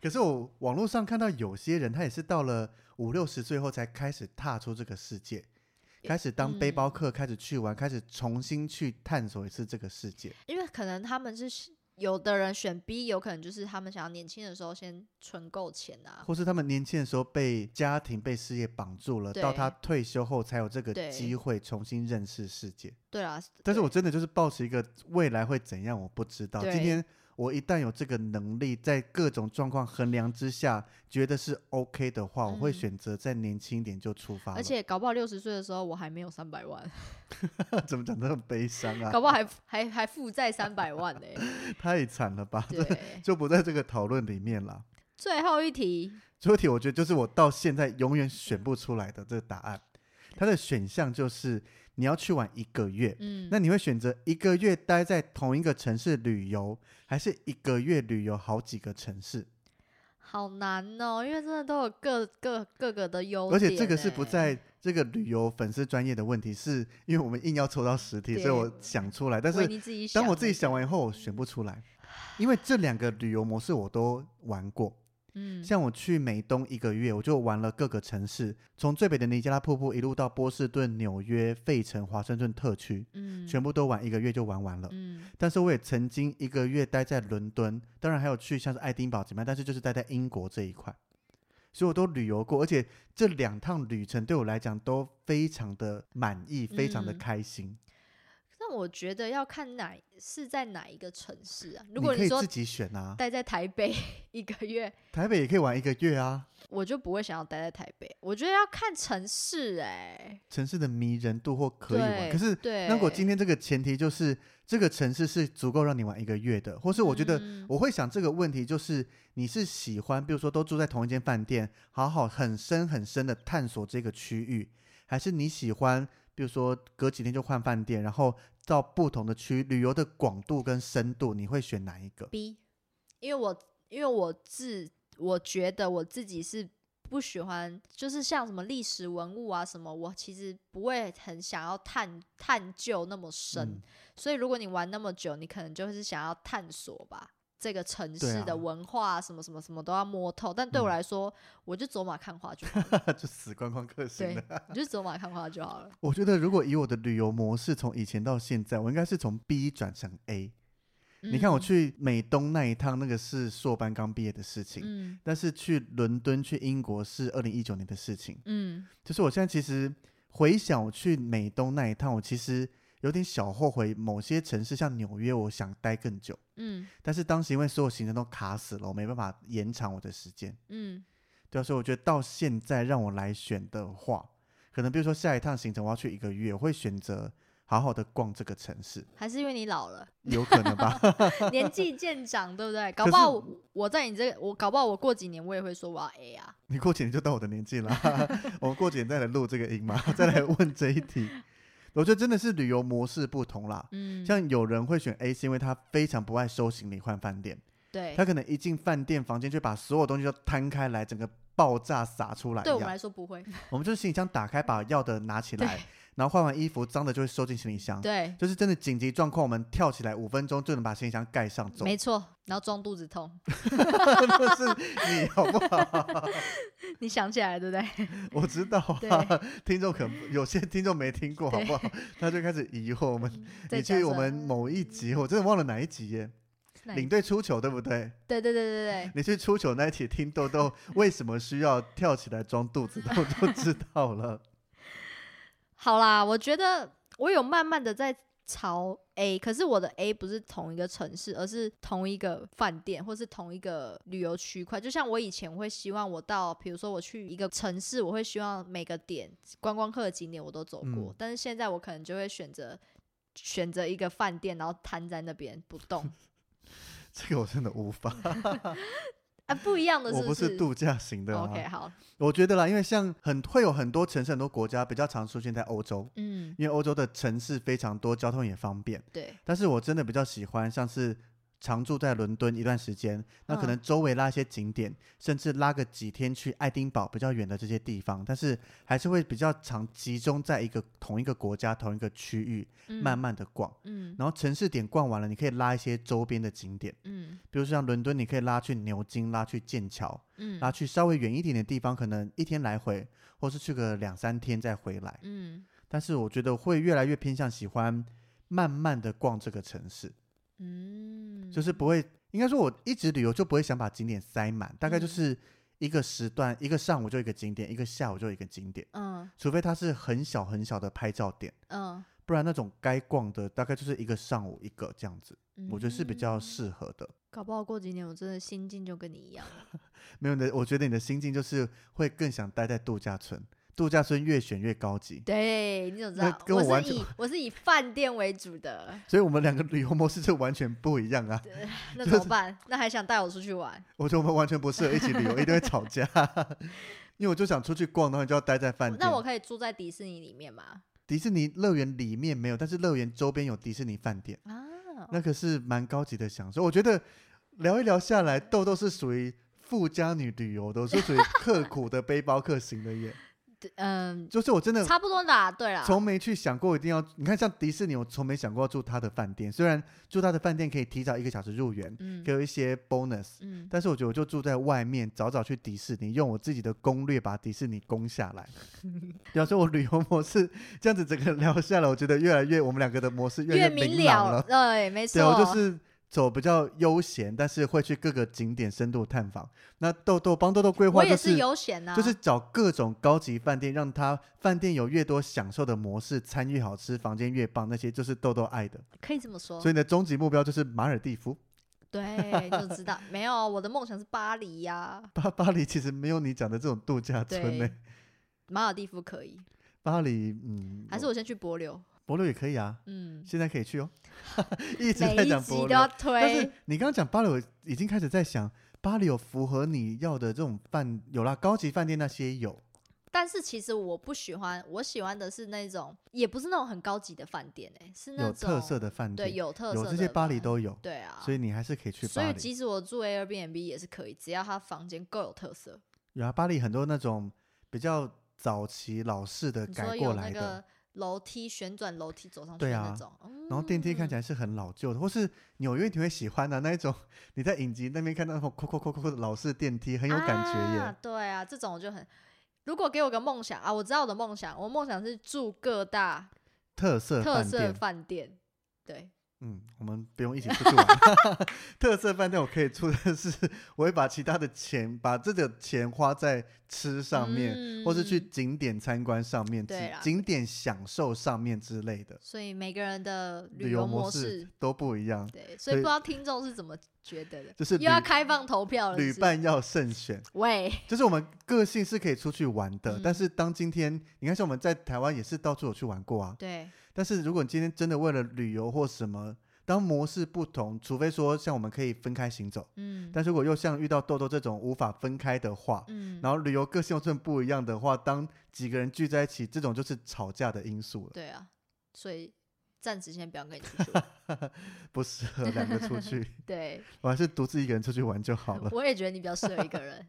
[SPEAKER 2] 可是我网络上看到有些人，他也是到了五六十岁后才开始踏出这个世界，
[SPEAKER 1] 也
[SPEAKER 2] 开始当背包
[SPEAKER 1] 嗯
[SPEAKER 2] 客，开始去玩，开始重新去探索一次这个世界。
[SPEAKER 1] 因为可能他们是有的人选 B，有可能就是他们想要年轻的时候先存够钱啊。
[SPEAKER 2] 或是他们年轻的时候被家庭、被事业绑住了，到
[SPEAKER 1] 对
[SPEAKER 2] 他退休后才有这个
[SPEAKER 1] 对
[SPEAKER 2] 机会重新认识世界。
[SPEAKER 1] 对啦，
[SPEAKER 2] 但是
[SPEAKER 1] 对
[SPEAKER 2] 我真的就是抱持一个未来会怎样，我不知道。今
[SPEAKER 1] 对
[SPEAKER 2] 天我一旦有这个能力，在各种状况衡量之下，觉得是 OK 的话，我会
[SPEAKER 1] 嗯
[SPEAKER 2] 选择再年轻一点就出发了。
[SPEAKER 1] 而且搞不好六十岁的时候我还没有三百万，
[SPEAKER 2] 怎么讲得很悲伤啊
[SPEAKER 1] 搞，不好还还还负债三百 万呢、
[SPEAKER 2] 太惨了吧？ 这
[SPEAKER 1] 对，
[SPEAKER 2] 就不在这个讨论里面了。
[SPEAKER 1] 最后一题，
[SPEAKER 2] 这个题我觉得就是我到现在永远选不出来的这个答案。它的选项就是你要去玩一个月，
[SPEAKER 1] 嗯，
[SPEAKER 2] 那你会选择一个月待在同一个城市旅游，还是一个月旅游好几个城市？
[SPEAKER 1] 好难哦、因为真的都有各各各个的优点、
[SPEAKER 2] 而且这个是不
[SPEAKER 1] 欸
[SPEAKER 2] 在这个旅游粉丝专业的问题，是因为我们硬要抽到实体，
[SPEAKER 1] 对
[SPEAKER 2] 所以我想出来，但
[SPEAKER 1] 维
[SPEAKER 2] 是
[SPEAKER 1] 尼自己
[SPEAKER 2] 当我
[SPEAKER 1] 的
[SPEAKER 2] 自己想完以后，我选不出来，因为这两个旅游模式我都玩过。
[SPEAKER 1] 嗯，
[SPEAKER 2] 像我去美东一个月，我就玩了各个城市，从最北的尼加拉瀑布一路到波士顿、纽约、费城、华盛顿特区，
[SPEAKER 1] 嗯
[SPEAKER 2] 全部都玩一个月就玩完了。
[SPEAKER 1] 嗯
[SPEAKER 2] 但是我也曾经一个月待在伦敦，当然还有去像是爱丁堡怎么样，但是就是待在英国这一块，所以我都旅游过，而且这两趟旅程对我来讲都非常的满意，非常的
[SPEAKER 1] 嗯
[SPEAKER 2] 开心。
[SPEAKER 1] 那我觉得要看哪是在哪一个城市啊。如果
[SPEAKER 2] 你可以
[SPEAKER 1] 说
[SPEAKER 2] 自己选啊，
[SPEAKER 1] 待在台北 一个月，
[SPEAKER 2] 台北也可以玩一个月啊，
[SPEAKER 1] 我就不会想要待在台北。我觉得要看城市哎、
[SPEAKER 2] 城市的迷人度或可以玩。
[SPEAKER 1] 对
[SPEAKER 2] 可是
[SPEAKER 1] 对，
[SPEAKER 2] 那我今天这个前提就是这个城市是足够让你玩一个月的，或是我觉得
[SPEAKER 1] 嗯
[SPEAKER 2] 我会想这个问题就是你是喜欢，比如说都住在同一间饭店，好好很深很深的探索这个区域，还是你喜欢，比如说隔几天就换饭店，然后到不同的区旅游的广度跟深度，你会选哪一个？
[SPEAKER 1] B，因为我因为我自我觉得我自己是不喜欢，就是像什么历史文物啊什么，我其实不会很想要探探究那么深。
[SPEAKER 2] 嗯
[SPEAKER 1] 所以如果你玩那么久，你可能就是想要探索吧。这个城
[SPEAKER 2] 对
[SPEAKER 1] 市
[SPEAKER 2] 啊
[SPEAKER 1] 的文化、啊、什么什么什么都要摸透，但对我
[SPEAKER 2] 嗯
[SPEAKER 1] 来说，我就走马看花 就好了。
[SPEAKER 2] 就死观光客型
[SPEAKER 1] 对
[SPEAKER 2] 的。，
[SPEAKER 1] 你就走马看花就好了。
[SPEAKER 2] 我觉得如果以我的旅游模式从以前到现在，我应该是从 B 转成 A。你看我
[SPEAKER 1] 嗯，
[SPEAKER 2] 去美东那一趟，那个是硕班刚毕业的事情。
[SPEAKER 1] 嗯
[SPEAKER 2] 但是去伦敦、去英国是二零一九年的事情。
[SPEAKER 1] 嗯，
[SPEAKER 2] 就是我现在其实回想我去美东那一趟，我其实有点小后悔，某些城市像纽约，我想待更久，
[SPEAKER 1] 嗯
[SPEAKER 2] 但是当时因为所有行程都卡死了，我没办法延长我的时间。
[SPEAKER 1] 嗯
[SPEAKER 2] 对啊，所以我觉得到现在让我来选的话，可能比如说下一趟行程我要去一个月，我会选择好好的逛这个城市，
[SPEAKER 1] 还是因为你老了，
[SPEAKER 2] 有可能吧？
[SPEAKER 1] 年纪渐长，对不对？搞
[SPEAKER 2] 可
[SPEAKER 1] 不好
[SPEAKER 2] 是
[SPEAKER 1] 我我在你这个，我搞不好我过几年我也会说我要 A 啊。
[SPEAKER 2] 你过几年就到我的年纪了， 我们过几年再来录这个音嘛，再 来问这一题。我觉得真的是旅游模式不同啦。
[SPEAKER 1] 嗯，
[SPEAKER 2] 像有人会选 A，是因为他非常不爱收行李换饭店，
[SPEAKER 1] 对
[SPEAKER 2] 他，可能一进饭店房间就把所有东西都摊开来，整个爆炸撒出来一
[SPEAKER 1] 对我
[SPEAKER 2] 样。
[SPEAKER 1] 们来说不会。
[SPEAKER 2] 我们就是行李箱打开，把要的拿起来
[SPEAKER 1] 对，
[SPEAKER 2] 然后换完衣服，脏的就会收进行李箱。
[SPEAKER 1] 对，
[SPEAKER 2] 就是真的紧急状况，我们跳起来五分钟就能把行李箱盖上走。
[SPEAKER 1] 没错。然后装肚子痛，
[SPEAKER 2] 那是你好不好？
[SPEAKER 1] 你想起来了对不对？
[SPEAKER 2] 我知道啊， 听众可能有些听众没听过，好
[SPEAKER 1] 对嗯
[SPEAKER 2] 不 好？他就开始疑惑我们。
[SPEAKER 1] 在
[SPEAKER 2] 你
[SPEAKER 1] 讲
[SPEAKER 2] 去
[SPEAKER 1] 什
[SPEAKER 2] 我
[SPEAKER 1] 么
[SPEAKER 2] 们某一集，我真的忘了哪一集耶？
[SPEAKER 1] 那你
[SPEAKER 2] 领队出糗对不对？
[SPEAKER 1] 对对对对
[SPEAKER 2] 你去出糗那一集听豆 豆为什么需要跳起来装肚子，我就知道了。
[SPEAKER 1] 对，好啦，我觉得我有慢慢的在朝 A，可是我的 A 不是同一个城市，而是同一个饭店或是同一个旅游区块。就像我以前会希望我到，比如说我去一个城市，我会希望每个点观光客的景点我都走过，
[SPEAKER 2] 嗯
[SPEAKER 1] 但是现在我可能就会选择。选择一个饭店，然后瘫在那边不 动
[SPEAKER 2] 这个我真的无法，
[SPEAKER 1] 啊，不一样的是
[SPEAKER 2] 我不
[SPEAKER 1] 是
[SPEAKER 2] 是度假型的、啊。
[SPEAKER 1] OK，好，
[SPEAKER 2] 我觉得啦，因为像很会有很多城市、很多国家比较常出现在欧洲，
[SPEAKER 1] 嗯，
[SPEAKER 2] 因为欧洲的城市非常多，交通也方便。
[SPEAKER 1] 对，
[SPEAKER 2] 但是我真的比较喜欢像是常住在伦敦一段时间，那可
[SPEAKER 1] 嗯
[SPEAKER 2] 能周围拉一些景点，甚至拉个几天去爱丁堡比较远的这些地方，但是还是会比较常集中在一个同一个国家、同一个区域，
[SPEAKER 1] 嗯
[SPEAKER 2] 慢，慢的逛。
[SPEAKER 1] 嗯
[SPEAKER 2] 然后城市点逛完了，你可以拉一些周边的景点，
[SPEAKER 1] 嗯
[SPEAKER 2] 比如说像伦敦，你可以拉去牛津、拉去剑桥，
[SPEAKER 1] 嗯，
[SPEAKER 2] 拉去稍微远一点的地方，可能一天来回，或是去个两三天再回来。
[SPEAKER 1] 嗯
[SPEAKER 2] 但是我觉得会越来越偏向喜欢慢慢的逛这个城市，
[SPEAKER 1] 嗯，
[SPEAKER 2] 就是不会，应该说我一直旅游就不会想把景点塞满，大概就
[SPEAKER 1] 嗯
[SPEAKER 2] 是一个时段，一个上午就一个景点，一个下午就一个景点，
[SPEAKER 1] 嗯
[SPEAKER 2] 除非它是很小很小的拍照点，
[SPEAKER 1] 嗯，
[SPEAKER 2] 不然那种该逛的大概就是一个上午一个这样子，我觉得是比较
[SPEAKER 1] 嗯。
[SPEAKER 2] 适合的。
[SPEAKER 1] 搞不好过几年我真的心境就跟你 一样了。
[SPEAKER 2] 没有你的，我觉得你的心境就是会更想待在度假村，度假村越选越高级。
[SPEAKER 1] 对，你怎么知
[SPEAKER 2] 那
[SPEAKER 1] 道？
[SPEAKER 2] 跟我
[SPEAKER 1] 我
[SPEAKER 2] 完
[SPEAKER 1] 是
[SPEAKER 2] 全
[SPEAKER 1] 以我是以饭店为主的，
[SPEAKER 2] 所以我们两个旅游模式就完全不一样啊！
[SPEAKER 1] 那
[SPEAKER 2] 就
[SPEAKER 1] 怎么办？那还想带我出去玩？
[SPEAKER 2] 我觉得我们完全不适合一起旅游，一定会吵架。 因为我就想出去逛，然后你就要待在饭店。
[SPEAKER 1] 那我可以住在迪士尼里面吗？
[SPEAKER 2] 迪士尼乐园里面没有，但是乐园周边有迪士尼饭店，
[SPEAKER 1] 啊，
[SPEAKER 2] 那可是蛮高级的享受。我觉得聊一聊下来，豆豆是属于富家女旅游的，我是属于刻苦的背包客型的耶。
[SPEAKER 1] 对嗯，
[SPEAKER 2] 就是我真的
[SPEAKER 1] 差不啊多啦，对啦，
[SPEAKER 2] 从没去想过一定要，你看像迪士尼，我从没想过要住他的饭店。虽然住他的饭店可以提早一个小时入园，
[SPEAKER 1] 嗯
[SPEAKER 2] 给我一些 bonus，
[SPEAKER 1] 嗯，
[SPEAKER 2] 但是我觉得我就住在外面，早早去迪士尼，用我自己的攻略把迪士尼攻下 来。对啊，所以我旅游模式这样子整个聊下来，我觉得越来越我们两个的模式 越来
[SPEAKER 1] 越
[SPEAKER 2] 越
[SPEAKER 1] 明
[SPEAKER 2] 明朗
[SPEAKER 1] 了，
[SPEAKER 2] 了。
[SPEAKER 1] 对，没
[SPEAKER 2] 对啊，
[SPEAKER 1] 错，
[SPEAKER 2] 我就是走比较悠闲，但是会去各个景点深度探访。那豆豆帮豆豆规
[SPEAKER 1] 我
[SPEAKER 2] 划就
[SPEAKER 1] 也啊
[SPEAKER 2] 是。
[SPEAKER 1] 悠闲呐，
[SPEAKER 2] 就是找各种高级饭店，让他饭店有越多享受的模式，餐越好吃，房间越棒，那些就是豆豆爱的。
[SPEAKER 1] 可以这么说
[SPEAKER 2] 所以，你的终极目标就是马尔蒂夫。
[SPEAKER 1] 对，就知道没有，我的梦想是巴黎呀，
[SPEAKER 2] 巴巴黎其实没有你讲的这种度假村呢、
[SPEAKER 1] 对，马尔蒂夫可以，
[SPEAKER 2] 巴黎，嗯，
[SPEAKER 1] 还是我先去柏流，
[SPEAKER 2] 博流也可以啊，
[SPEAKER 1] 嗯，
[SPEAKER 2] 现在可以去哦。 一直
[SPEAKER 1] 每
[SPEAKER 2] 在
[SPEAKER 1] 一
[SPEAKER 2] 讲
[SPEAKER 1] 集
[SPEAKER 2] 博
[SPEAKER 1] 都
[SPEAKER 2] 流
[SPEAKER 1] 要，
[SPEAKER 2] 但
[SPEAKER 1] 推
[SPEAKER 2] 是，你刚刚讲巴黎，我已经开始在想，巴黎有符合你要的这种饭有啦，高级饭店那些有，
[SPEAKER 1] 但是其实我不喜欢，我喜欢的是那种，也不是那种很高级的饭店、欸，是那种
[SPEAKER 2] 有特色的饭
[SPEAKER 1] 对
[SPEAKER 2] 店，
[SPEAKER 1] 有特色
[SPEAKER 2] 有
[SPEAKER 1] 的
[SPEAKER 2] 这些巴黎
[SPEAKER 1] 饭
[SPEAKER 2] 都有，
[SPEAKER 1] 对啊，
[SPEAKER 2] 所以你还是可以去
[SPEAKER 1] 所
[SPEAKER 2] 巴
[SPEAKER 1] 以
[SPEAKER 2] 黎。
[SPEAKER 1] 即使我住 Airbnb 也是可以，只要它房间够有特色。
[SPEAKER 2] 有啊，巴黎很多那种比较早期老式的
[SPEAKER 1] 你
[SPEAKER 2] 呃改
[SPEAKER 1] 说
[SPEAKER 2] 过
[SPEAKER 1] 有
[SPEAKER 2] 来的，
[SPEAKER 1] 那个楼梯旋转楼梯走上去
[SPEAKER 2] 对
[SPEAKER 1] 的
[SPEAKER 2] 啊
[SPEAKER 1] 那种，嗯、
[SPEAKER 2] 然后电梯看起
[SPEAKER 1] 来
[SPEAKER 2] 来是很老旧的，或是纽约你会喜欢的、那一种，你在影集那边看到那种扣扣扣扣扣的老式电梯，很有感觉耶。
[SPEAKER 1] 啊。对啊，这种我就很。如果给我个梦想啊，我知道我的梦想，我梦想是住各大
[SPEAKER 2] 特色
[SPEAKER 1] 特
[SPEAKER 2] 饭
[SPEAKER 1] 色
[SPEAKER 2] 店，
[SPEAKER 1] 饭店。对，
[SPEAKER 2] 嗯，我们不用一起出去玩。 特色饭店我可以出的是，我会把其他的钱，把这个钱花在吃上面，
[SPEAKER 1] 嗯
[SPEAKER 2] 或是去
[SPEAKER 1] 嗯嗯
[SPEAKER 2] 景点参观上面，
[SPEAKER 1] 对
[SPEAKER 2] 景
[SPEAKER 1] 啦
[SPEAKER 2] 景点享受上面之类的，
[SPEAKER 1] 所以每个人的
[SPEAKER 2] 旅
[SPEAKER 1] 旅
[SPEAKER 2] 游
[SPEAKER 1] 游
[SPEAKER 2] 模
[SPEAKER 1] 模
[SPEAKER 2] 式
[SPEAKER 1] 式
[SPEAKER 2] 都不一样。
[SPEAKER 1] 对，
[SPEAKER 2] 所
[SPEAKER 1] 所以
[SPEAKER 2] 以
[SPEAKER 1] 不知道听众是怎么觉得的，
[SPEAKER 2] 就是
[SPEAKER 1] 又要
[SPEAKER 2] 旅
[SPEAKER 1] 开放投票了是
[SPEAKER 2] 旅
[SPEAKER 1] 不是
[SPEAKER 2] 伴要慎选，
[SPEAKER 1] 喂，
[SPEAKER 2] 就是我们个性是可以出去玩的，
[SPEAKER 1] 嗯
[SPEAKER 2] 但是当今天你看，像我们在台湾也是到处有去玩过啊，
[SPEAKER 1] 对，
[SPEAKER 2] 但是如果你今天真的为了旅游或什么，当模式不同，除非说像我们可以分开行走，
[SPEAKER 1] 嗯
[SPEAKER 2] 但是如果又像遇到豆豆这种无法分开的话，
[SPEAKER 1] 嗯，
[SPEAKER 2] 然后旅游个性又真的不一样的话，当几个人聚在一起，这种就是吵架的因素了，
[SPEAKER 1] 对啊，所以暂时先不要跟你出去玩。
[SPEAKER 2] 不适合两个出 去，
[SPEAKER 1] 对，
[SPEAKER 2] 我还是独自一个人出去玩就好了。
[SPEAKER 1] 我也觉得你比较适合一 个人。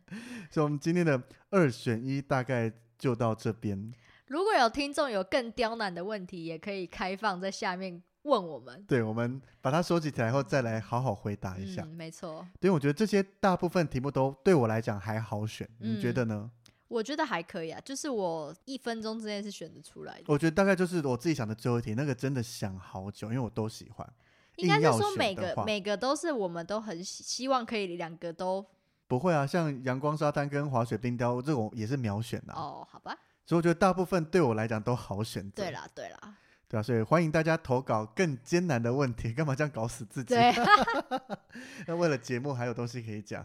[SPEAKER 2] 所以，我们今天的二选一大概就到这边。
[SPEAKER 1] 如果有听众有更刁难的问题，也可以开放在下面问我们。
[SPEAKER 2] 对，我们把它收集起来后，再来好好回答一下。
[SPEAKER 1] 嗯，没错，
[SPEAKER 2] 对，我觉得这些大部分题目都对我来讲还好选，你觉
[SPEAKER 1] 嗯
[SPEAKER 2] 得呢？
[SPEAKER 1] 我觉得还可以啊，就是我一分钟之内是选得出来的。
[SPEAKER 2] 我觉得大概就是我自己想的最后一题，那个真的想好久，因为我都喜欢，
[SPEAKER 1] 应该
[SPEAKER 2] 硬
[SPEAKER 1] 是
[SPEAKER 2] 要
[SPEAKER 1] 说
[SPEAKER 2] 选
[SPEAKER 1] 每
[SPEAKER 2] 的
[SPEAKER 1] 个
[SPEAKER 2] 话
[SPEAKER 1] 每个都是我们都很希希望可以两个都
[SPEAKER 2] 不会啊，像阳光沙滩跟滑雪冰雕这种也是秒选的、
[SPEAKER 1] 哦，好吧？
[SPEAKER 2] 所以我觉得大部分对我来讲都好选择。
[SPEAKER 1] 对，啦，对啦，
[SPEAKER 2] 对啊，所以欢迎大家投稿更艰难的问题，干嘛这样搞死自己？
[SPEAKER 1] 对，
[SPEAKER 2] 那为了节目还有东西可以 讲，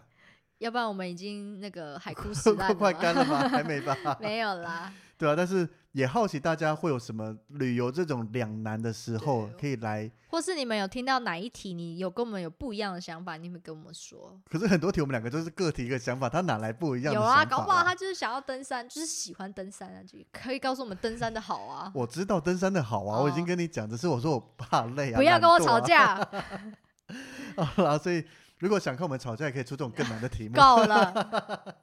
[SPEAKER 1] 要不然我们已经那个海枯石烂
[SPEAKER 2] 快快
[SPEAKER 1] 了
[SPEAKER 2] 干
[SPEAKER 1] 嘛。
[SPEAKER 2] 了吗？还没吧？
[SPEAKER 1] 没有啦，
[SPEAKER 2] 对啊，但是也好奇大家会有什么旅游这种两难的时候
[SPEAKER 1] 对
[SPEAKER 2] 可以来。
[SPEAKER 1] 或是你们有听到哪一题，你有跟我们有不一样的想法，你们跟我们说。
[SPEAKER 2] 可是很多题我们两个都是各提一个想法，他哪来不一样的
[SPEAKER 1] 有
[SPEAKER 2] 想法、
[SPEAKER 1] 啊，搞不好他就是想要登山，就是喜欢登山啊，就可以告诉我们登山的好啊。
[SPEAKER 2] 我知道登山的好啊，我已经
[SPEAKER 1] 哦
[SPEAKER 2] 跟你讲，只是我说我怕累啊，
[SPEAKER 1] 不要
[SPEAKER 2] 懒
[SPEAKER 1] 跟我
[SPEAKER 2] 惰
[SPEAKER 1] 吵
[SPEAKER 2] 啊。
[SPEAKER 1] 架，
[SPEAKER 2] 好啦，所以如果想看我们吵架，也可以出这种更难的题目。
[SPEAKER 1] 够 了。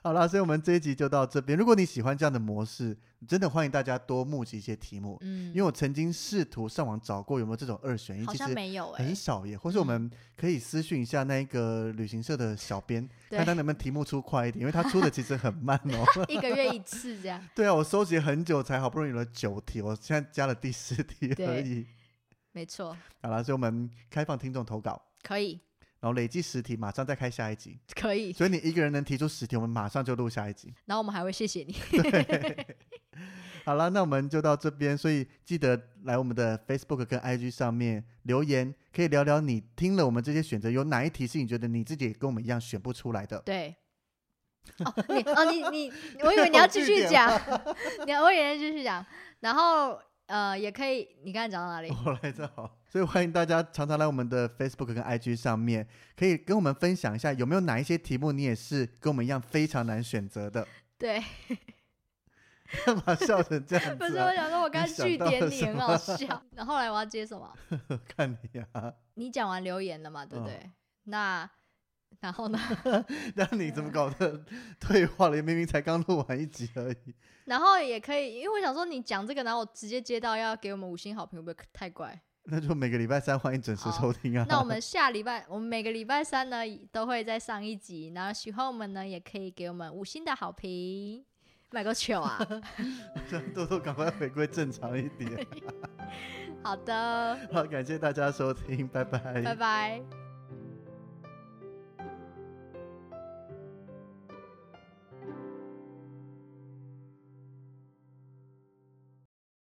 [SPEAKER 2] 好啦，所以我们这一集就到这边。如果你喜欢这样的模式，真的欢迎大家多募集一些题目，
[SPEAKER 1] 嗯，
[SPEAKER 2] 因为我曾经试图上网找过有没有这种二选一，
[SPEAKER 1] 好
[SPEAKER 2] 其
[SPEAKER 1] 像
[SPEAKER 2] 实
[SPEAKER 1] 没有哎、
[SPEAKER 2] 很少耶，或是我
[SPEAKER 1] 嗯
[SPEAKER 2] 们可以私讯一下那一个旅行社的小编，看他
[SPEAKER 1] 对，
[SPEAKER 2] 能不能题目出快一点，因为他出的其实很慢 哦。
[SPEAKER 1] 一个月一次这样。
[SPEAKER 2] 对啊，我收集很久才好不容易有了九题，我现在加了第十题而
[SPEAKER 1] 对
[SPEAKER 2] 已。
[SPEAKER 1] 没错，
[SPEAKER 2] 好了，所以我们开放听众投稿，
[SPEAKER 1] 可以，
[SPEAKER 2] 然后累计十题，马上再开下一集。
[SPEAKER 1] 可以。
[SPEAKER 2] 所以你一个人能提出十题，我们马上就录下一集。
[SPEAKER 1] 然后我们还会谢谢你。
[SPEAKER 2] 好了，那我们就到这边，所以记得来我们的 Facebook 跟 IG 上面留言，可以聊聊你听了我们这些选择，有哪一题是你觉得你自己也跟我们一样选不出来的？
[SPEAKER 1] 对。哦，你哦，你 你，我以为你要继续讲， 你我以为你要继续讲，然后呃，也可以，你刚才讲到哪里？
[SPEAKER 2] 我来这好，所以欢迎大家常常来我们的 Facebook 跟 IG 上面，可以跟我们分享一下有没有哪一些题目你也是跟我们一样非常难选择的，
[SPEAKER 1] 对，
[SPEAKER 2] 干嘛笑成这样
[SPEAKER 1] 不是
[SPEAKER 2] 子、
[SPEAKER 1] 我
[SPEAKER 2] 啊？
[SPEAKER 1] 想说，我刚才
[SPEAKER 2] 你想
[SPEAKER 1] 据
[SPEAKER 2] 到了
[SPEAKER 1] 点你
[SPEAKER 2] 什
[SPEAKER 1] 很
[SPEAKER 2] 么
[SPEAKER 1] 好笑。然后后来我要接什么？
[SPEAKER 2] 看你啊，
[SPEAKER 1] 你讲完留言了嘛，对
[SPEAKER 2] 嗯
[SPEAKER 1] 不对？那然后呢？
[SPEAKER 2] 那你怎么搞的？ 退化了，明明才刚录完一集而已。
[SPEAKER 1] 然后也可以，因为我想说你讲这个，然后我直接接到要给我们五星好评，会不会太怪？
[SPEAKER 2] 那就每个礼拜三欢迎准时
[SPEAKER 1] 哦
[SPEAKER 2] 收听啊。
[SPEAKER 1] 那我 们下礼拜，我们每个礼拜三呢都会再上一集，然后喜欢我们呢也可以给我们五星的好评，买个球啊！
[SPEAKER 2] 这样多多赶快回归正常一 点。
[SPEAKER 1] 好的，
[SPEAKER 2] 哎好，感谢大家收听，拜
[SPEAKER 1] 拜拜。